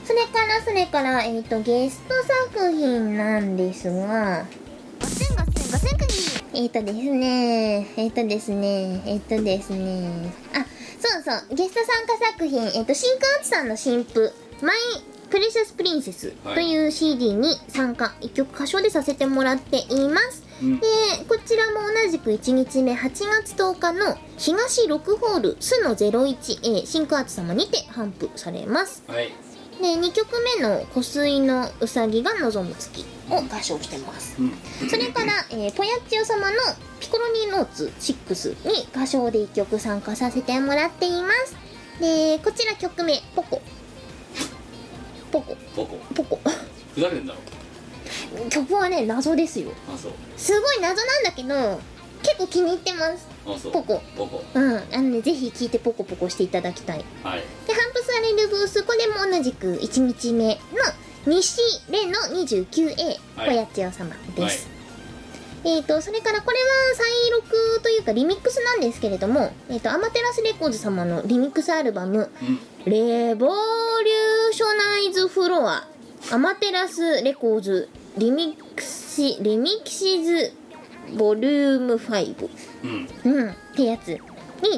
A: それからそれからえっ、とゲスト作品なんですがガセンガセンガセンクニえっ、とですねえっ、とですねえっ、とですねあそうそうゲスト参加作品えっ、と新川内さんの新譜マイプレシャスプリンセス
D: はい
A: という CD に参加一曲歌唱でさせてもらっています
D: うん
A: でこちらも同じく1日目8月10日の東6ホールスの 01A シンクアーツ様にて頒布されます
D: はい
A: で2曲目の「湖水のうさぎが望む月」を歌唱してます
D: うん
A: それから、えーポヤッチオ様の「ピコロニーノーツ6」に歌唱で1曲参加させてもらっていますでこちら曲名「ポコ」ポコ
D: どこ
A: ポコ
D: ふざけてんだろ
A: 曲はね謎ですよ
D: あそう
A: すごい謎なんだけど結構気に入ってます
D: あそう
A: ポコ
D: ポコ
A: うん、あのね、ぜひ聞いてポコポコしていただきたい。
D: はい
A: で、頒布されるブース、これも同じく1日目の西レの 29A、
D: はい
A: おやつ屋様です。えーと、それからこれは再録というかリミックスなんですけれども、えーと、アマテラスレコーズ様のリミックスアルバム、
D: うん
A: レボリューショナイズフロア、アマテラスレコーズ、リミックス、リミキシズ、ボリューム5。
D: うん
A: うん、ってやつに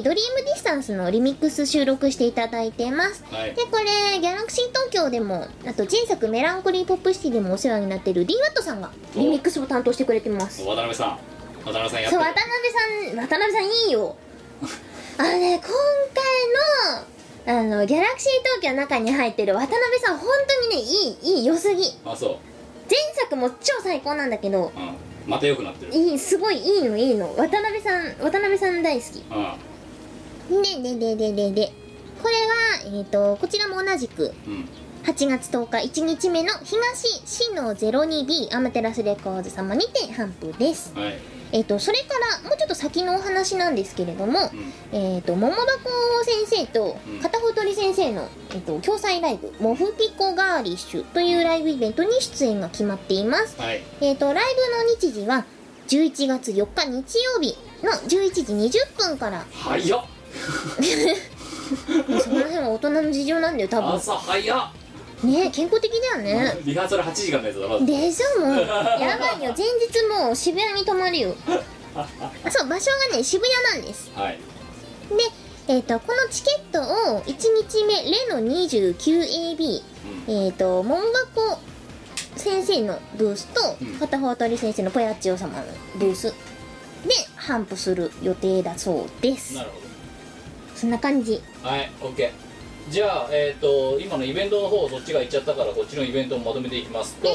A: 「ドリームディスタンスのリミックス収録していただいてます
D: はい
A: でこれギャラクシー東京でもあと前作「メランコリーポップシティ」でもお世話になってる D ワットさんがリミックスを担当してくれてます
D: 渡辺さん渡辺さんやっ
A: そ
D: て
A: う渡
D: る
A: 辺さん渡辺さんいいよあのね今回のあのギャラクシー東京の中に入ってる渡辺さん本当にねいいいい良すぎ
D: あそ
A: 前作も超最高なんだけど
D: ううんまた良くなってる
A: いいすごいいいのいいの渡辺さん渡辺さん大好き
D: うんは
A: ででででででこれは、えっとこちらも同じく
D: うん
A: 8月10日1日目の東市の 02B アマテラスレコーズ様にて頒布です
D: はい
A: えっ、とそれからもうちょっと先のお話なんですけれども、
D: うん
A: えっ、と桃箱先生と
D: うん
A: 片方鳥先生の、えっと共催ライブ「モフピコガーリッシュ」というライブイベントに出演が決まっています
D: はい
A: えー、とライブの日時は11月4日日曜日の11時20分から
D: 早っ
A: もうその辺は大人の事情なんだよ多分
D: 朝早っ
A: ねえ健康的だよね
D: リハーサル8時間のやつだろ
A: でしょもうやばいよ前日もう渋谷に泊まる よそう場所がね渋谷なんです
D: はい
A: でえっ、とこのチケットを1日目レの 29AB
D: うん
A: えっ、と門学校先生のブースと
D: うん
A: 片方鳥先生のポヤッチオ様のブースで頒布する予定だそうです
D: なるほど
A: そんな感じ
D: はいオッケーじゃあ、えー、と今のイベントの方そっちが行っちゃったからこっちのイベントをまとめていきますと、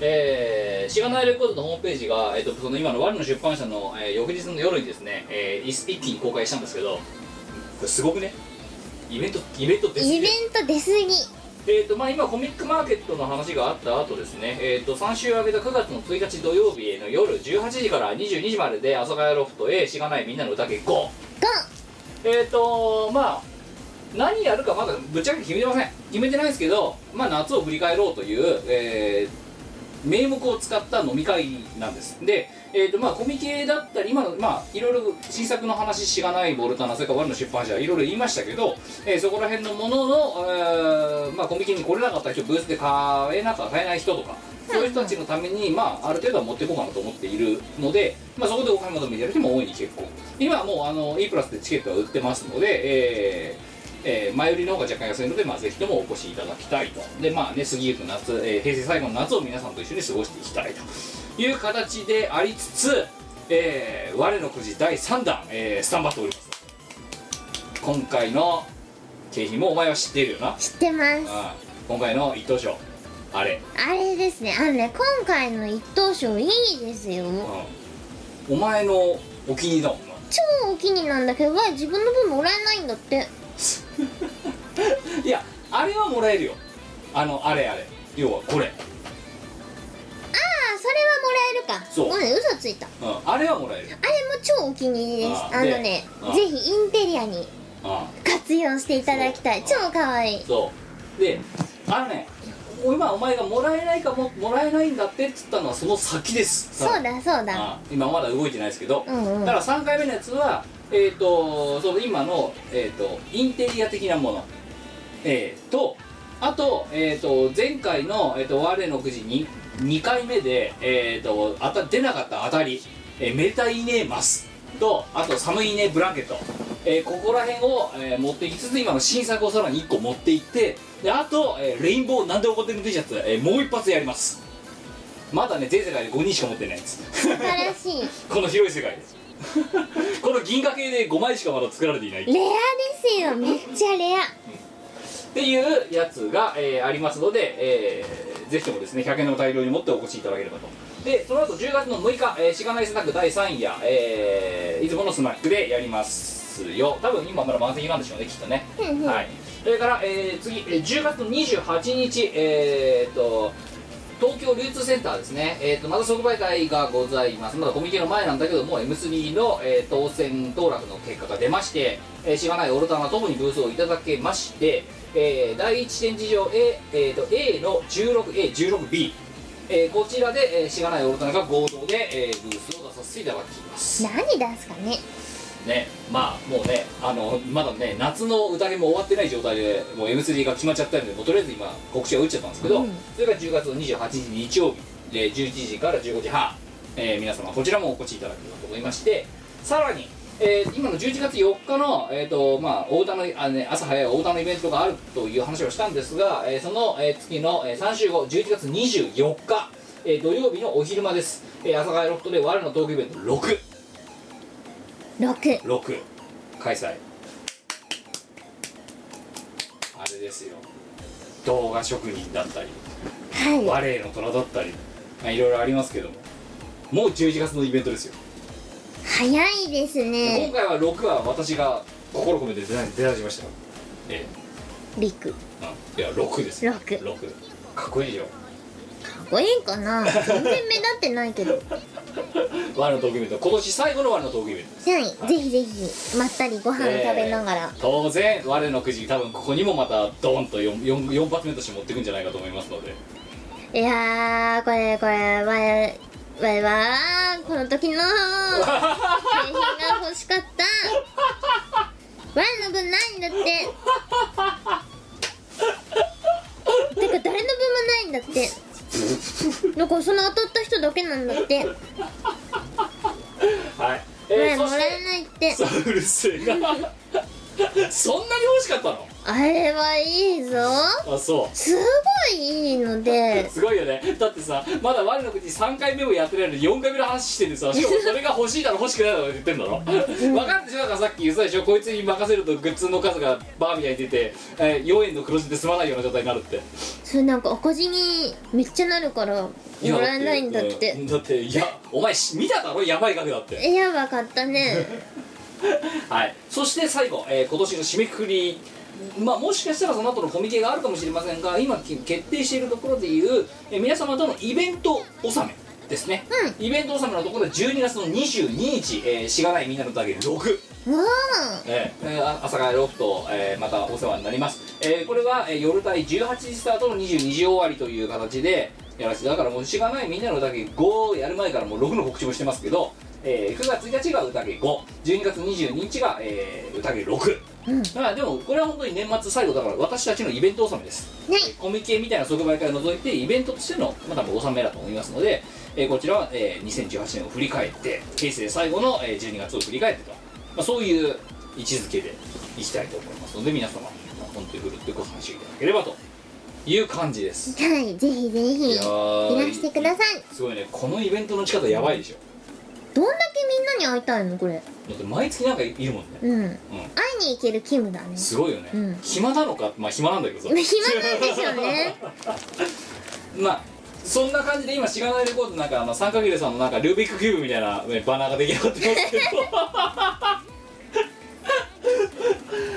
D: えー、しがないレコードのホームページが、えー、とその今の我の出版社の、えー翌日の夜にですね、えーい一気に公開したんですけどこれすごくねイベントイベントです
A: イベント出過ぎ
D: えーとまあ、今コミックマーケットの話があった後ですね、えー、と3週上げた9月の1日土曜日の夜18時から22時までで「阿佐ヶ谷ロフト A しがないみんなの歌結構」えっ、ー、とまあ何やるかまだぶっちゃけ決めてません決めてないですけど、まあ、夏を振り返ろうという、えー名目を使った飲み会なんですで、えーとまあ、コミケだったり今の、まあ、いろいろ新作の話しがないボルタナそれから我の出版社いろいろ言いましたけど、えーそこら辺のものの、えーまあ、コミケに来れなかった人ブースで買えなか買えない人とかそういう人たちのために、まあ、ある程度は持っていこうかなと思っているので、まあ、そこでお買い求めてやる人も多いに結構今はもうあの E プラスでチケットは売ってますので、えーえー前売りの方が若干安いので、まあ、ぜひともお越しいただきたいとでまあね過ぎゆく夏、えー平成最後の夏を皆さんと一緒に過ごしていきたいという形でありつつ、えー我のくじ第3弾、えースタンバっております今回の景品もお前は知っているよな、
A: 知ってます
D: うん今回の一等賞あれ
A: あれですねあのね今回の一等賞いいですよ
D: うんお前のお気に入りだもんな
A: 超お気に入りなんだけど自分の分もらえないんだって
D: いやあれはもらえるよあのあれあれ要はこ
A: ああ
D: れ、
A: それはもらえるか
D: そう
A: ごめん嘘ついた
D: うん、あれはもらえるよ
A: あれも超お気に入りです
D: あ
A: あ
D: ー
A: のね
D: であー
A: ぜひインテリアに
D: う
A: 活用していただきたい
D: そう
A: 超可愛い
D: んそうであのね今お前がもらえないかももらえないんだってっつったのはその先です
A: そうだそうだ
D: あ今まだ動いてないですけど、
A: うんうん
D: だから3回目のやつはえっ、とその今の、えー、とインテリア的なもの、えーとあと,、えー、と前回の「えー、と我のくじに」2回目で、えー、とあた出なかった当たり「えー、めでたいねマス」とあと「寒いねブランケット」えーここら辺を、えー持っていきつつ今の新作をさらに1個持っていってであと、えーレインボーなんで怒ってるの T シャツ」えーもう一発やりますまだね全世界で5人しか持ってないやつ
A: 素晴らしい
D: この広い世界ですこの銀河系で5枚しかまだ作られていないっ
A: レアですよめっちゃレア
D: ていうやつが、えーありますので、えーぜひともですね100円の大量に持ってお越しいただければとでその後10月の6日、えー、しがないスナック第3夜、えー、いつものスナックでやりますよ多分今まだ満席なんでしょうねきっとね
A: うんうん
D: はい、それから、えー次、えー10月の28日、えー、と東京流通センターですね、えー、とまた即売会がございます、まだコミケの前なんだけども、M3 の、えー当選当落の結果が出まして、えー、しがないオルタナともにブースをいただけまして、えー第1展示場 A,、えー、と A の 16A、16B、えーこちらで、えーしがないオルタナが合同で、えーブースを出させていただきます。
A: 何出すかね
D: ねまあもうねあのまだね夏の宴も終わってない状態でもう M3 が決まっちゃったんでもうとりあえず今告知は打っちゃったんですけど、
A: うん
D: それが10月の28日日曜日で11時から15時半、えー皆様こちらもお越しいただければと思いましてさらに、えー今の11月4日の、えーとまあ、大田のあ、ね、朝早い大田のイベントがあるという話をしたんですが、えーその、えー月の、えー3週後11月24日、えー土曜日のお昼間です、えー、朝早ロフトで我のトークイベント6
A: 6
D: 6開催あれですよ動画職人だったり
A: は
D: バレエの虎だったり、まあ、いろいろありますけどももう11月のイベントですよ、
A: い早いです
D: 今
A: ね
D: 回は6は私が心込めて出題出だしましたよえ
A: リクか
D: えうんいや6ですよ
A: 六
D: 六かっこいいでしょ
A: っ こいいかな全然目立ってないけどは
D: 我のトークイベント今年最後の我のトークイベントです
A: いぜひぜひまったりご飯を食べながら、
D: ええ当然我のくじ多分ここにもまたドーンと 4, 4, 4発目として持っていくんじゃないかと思いますので
A: いやーこれこれわいわいわーこの時の景品が欲しかったわいの分ないんだっててか誰の分もないんだってだからその当たった人だけなんだってわ
D: はい、ええ
A: い
D: そ
A: も
D: し
A: ら
D: て
A: えないって
D: そううるせえなそんなに欲しかったの
A: あれはいいぞ
D: あそ
A: すごいいいので
D: うすごいよねだってさまだ我の国3回目もやってないのに4回目の話しててさしかもそれが欲しいだろ欲しくないだろって言ってんだろ分かるでしょだからさっき言ってたでしょこいつに任せるとグッズの数がバーみたいに出て、えー4円の黒字で済まないような状態になるって
A: それなんか赤字にめっちゃなるからも
D: 今
A: らえないんだっ
D: う
A: て
D: んだっていやお前し見ただろやばい額だって
A: えやばかったね
D: はい、そして最後、えー今年の締めくくり、まあ、もしかしたらその後のコミケがあるかもしれませんが今き決定しているところでいう、えー皆様とのイベント納めですね、イベント納めのところで12月の22日、えーしがないみんなの宴6、
A: うわ
D: えーえーあ朝からロフト、えーまたお世話になります、えーこれは、えー夜帯18時スタートの22時終わりという形でやらせてだからもうしがないみんなの宴5やる前からもう6の告知もしてますけど、えー9月1日が宴512月22日が、えー、宴6、
A: うん
D: だからでもこれは本当に年末最後だから私たちのイベント納めです
A: ね
D: コミケみたいな即売会を除いてイベントとしての、まあ、多分納めだと思いますので、えーこちらは、えー2018年を振り返って平成最後の、えー12月を振り返ってと、まあ、そういう位置づけでいきたいと思いますので皆様、まあ、本当にふるってご参集いただければという感じです
A: はいぜひぜひ
D: い
A: い
D: や
A: ら
D: ー
A: してください
D: すごいねこのイベントの打ち方やばいでしょ
A: どんだけみんなに会いたいのこれ
D: だって毎月なんかいるもんね
A: うん、会いに行けるキムだね
D: すごいよね、
A: うん
D: 暇なのかまあ暇なんだけど
A: 暇
D: さ
A: なんでしょうね
D: まあそんな感じで今しがないレコードなんかあの三角形さんのなんかルービックキューブみたいなねバナーが出来上がってますけど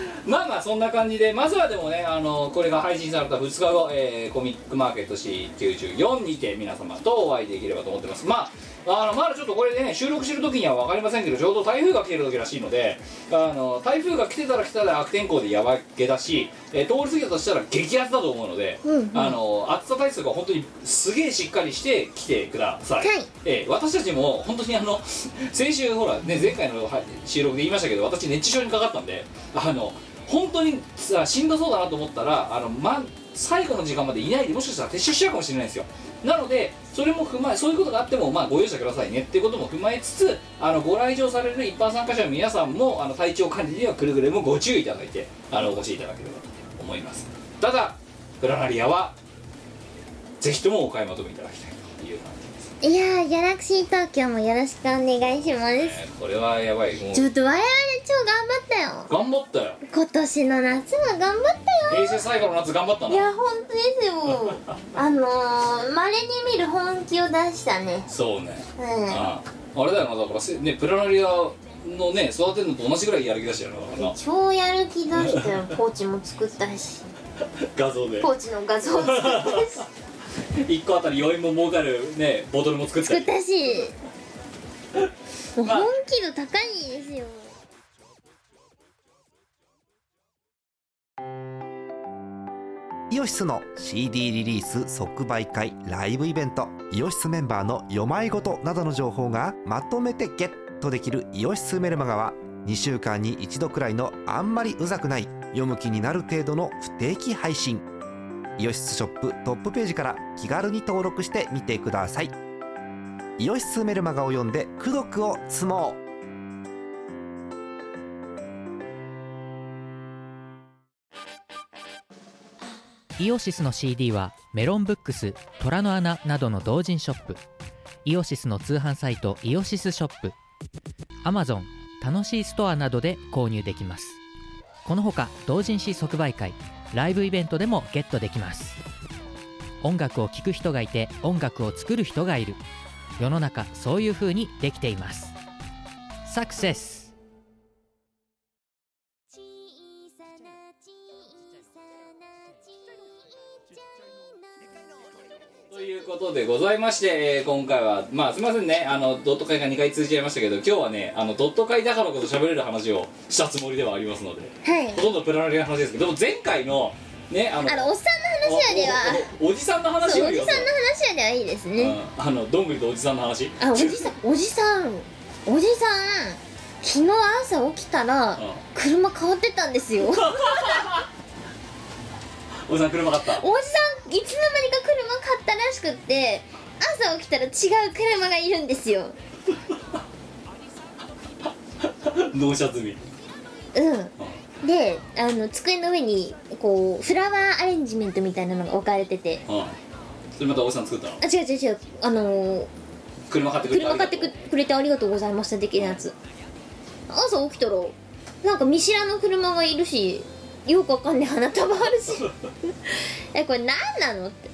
D: まあまあそんな感じでまずはでもねあのこれが配信された2日後、えーコミックマーケット C94 にて皆様とお会いできればと思ってますまああのまだちょっとこれね収録してる時には分かりませんけどちょうど台風が来てる時らしいのであの台風が来てたら来たら悪天候でやばげだし、えー通り過ぎたとしたら激アツだと思うので、
A: うんうん
D: あの暑さ対策は本当にすげえしっかりして来てください、
A: はい
D: えー私たちも本当にあの先週ほらね前回のはい収録で言いましたけど私熱中症にかかったんであの本当にさしんどそうだなと思ったらあの、ま、最後の時間までいないでもしかしたら撤収しちゃうかもしれないんですよなのでそれも踏まえそういうことがあっても、まあ、ご容赦くださいねっていうことも踏まえつつあのご来場される一般参加者の皆さんもあの体調管理にはくれぐれもご注意いただいてあのお越しいただければと思いますただグラナリアはぜひともお買い求めいただきたいという感じです、
A: いやーギャラクシー東京もよろしくお願いします
D: えーこれはやばいもう
A: ちょっと我々超頑張ったよ
D: 頑張ったよ
A: 今年の夏は頑張ったよ
D: 平成最後の夏頑張った
A: い
D: な
A: や本当ですよあのー、稀に見る本気を出したね
D: そうね
A: うん
D: あああれだよなだからせねプラナリアのね育てるのと同じぐらいやる気出してるのからな
A: 超やる気出したよポーチも作ったし
D: 画像で
A: ポーチの画像も作ったし
D: 1個あたり余韻も儲かるねボトルも作った
A: 作っ
D: り
A: たしもう
D: まあ
A: 本気度高いですよ
F: イオシスの CD リリース即売会ライブイベントイオシスメンバーの読まいごとなどの情報がまとめてゲットできる「イオシスメルマガ」は2週間に1度くらいのあんまりうざくない読む気になる程度の不定期配信イオシスショップトップページから気軽に登録してみてくださいイオシスメルマガを読んで「功徳を積もう」
B: イオシスの CD はメロンブックス虎の穴などの同人ショップイオシスの通販サイトイオシスショップ Amazon 楽しいストアなどで購入できますこのほか同人誌即売会ライブイベントでもゲットできます音楽を聴く人がいて音楽を作る人がいる世の中そういう風にできていますサクセス
G: 小さな小さなちっちゃいの
D: ということでございまして、えー今回はまあすいませんねあのドット会が2回通じちゃいましたけど今日はねあのドット会だからこそ喋れる話をしたつもりではありますので
A: はい
D: ほとんどプラナリアの話ですけどでも前回のねあの
A: あのおっさんの話よりは
D: おおおじさんの話
A: そうお
D: よ
A: じ
D: り
A: さん
D: は
A: の話よりはいいですね
D: うんあのどんぐりとおじさんの話
A: あおじさんおじさんおじさん昨日朝起きたら
D: うん
A: 車変わってたんですよおじさん
D: おじさん車買った
A: いつの間にか車買ったらしくって朝起きたら違う車がいるんですよ
D: 納車済み
A: うんであの机の上にこうフラワーアレンジメントみたいなのが置かれてて
D: うんそれまたおじさん作ったの
A: あ違う違う違うあのー
D: 車買ってくれた
A: 車買ってくくれてありがとうございました的なやつ朝起きたらなんか見知らぬ車がいるしよくわかんない花束あるしえこれ何なのって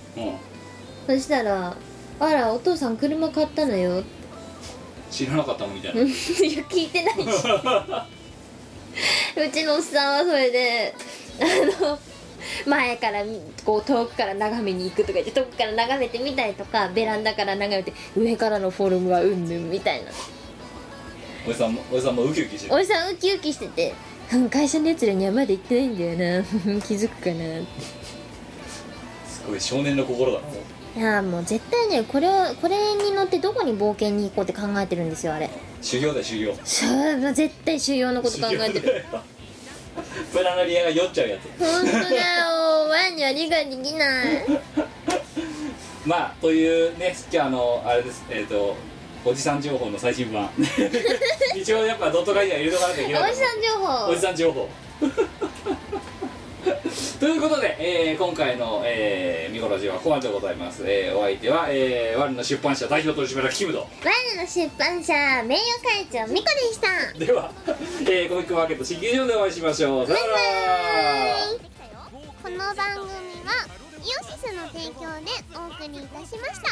D: うん
A: そしたら「あらお父さん車買ったのよ」
D: 知らなかったのみたい
A: い
D: な
A: や聞 いてない しうちのおっさんはそれであの前からこう遠くから眺めに行くとか言って遠くから眺めてみたりとかベランダから眺めて上からのフォルムはうんぬんみたいな
D: おじさんもおじさんもウキウキしてる
A: おじさんウキウキしててうん会社のやつらにはまだ行ってないんだよな 気づくかない
D: すごい少年の心だな
A: やもう絶対ねこれをこれに乗ってどこに冒険に行こうって考えてるんですよあれ
D: 修行だよ修行
A: しゃ絶対収容のこと考えてる
D: プラナリアが酔っちゃうやつ
A: 本当だよ前には理解できない
D: まあというね今日あのあれですえっ、とおじさん情報の最新 版一応やっぱドット会には入れとかなきゃいけない
A: おじさん情報
D: おじさん情報 ということで、えー今回の、えー、ミコラジオはここまででございます、えーお相手は、えー、我の出版社代表取締役キムド
A: 我の出版社名誉会長ミコでした
D: では、えー、コミックマーケット新劇場でお会いしましょうさよなら
H: この番組はイオシスの提供でお送りいたしました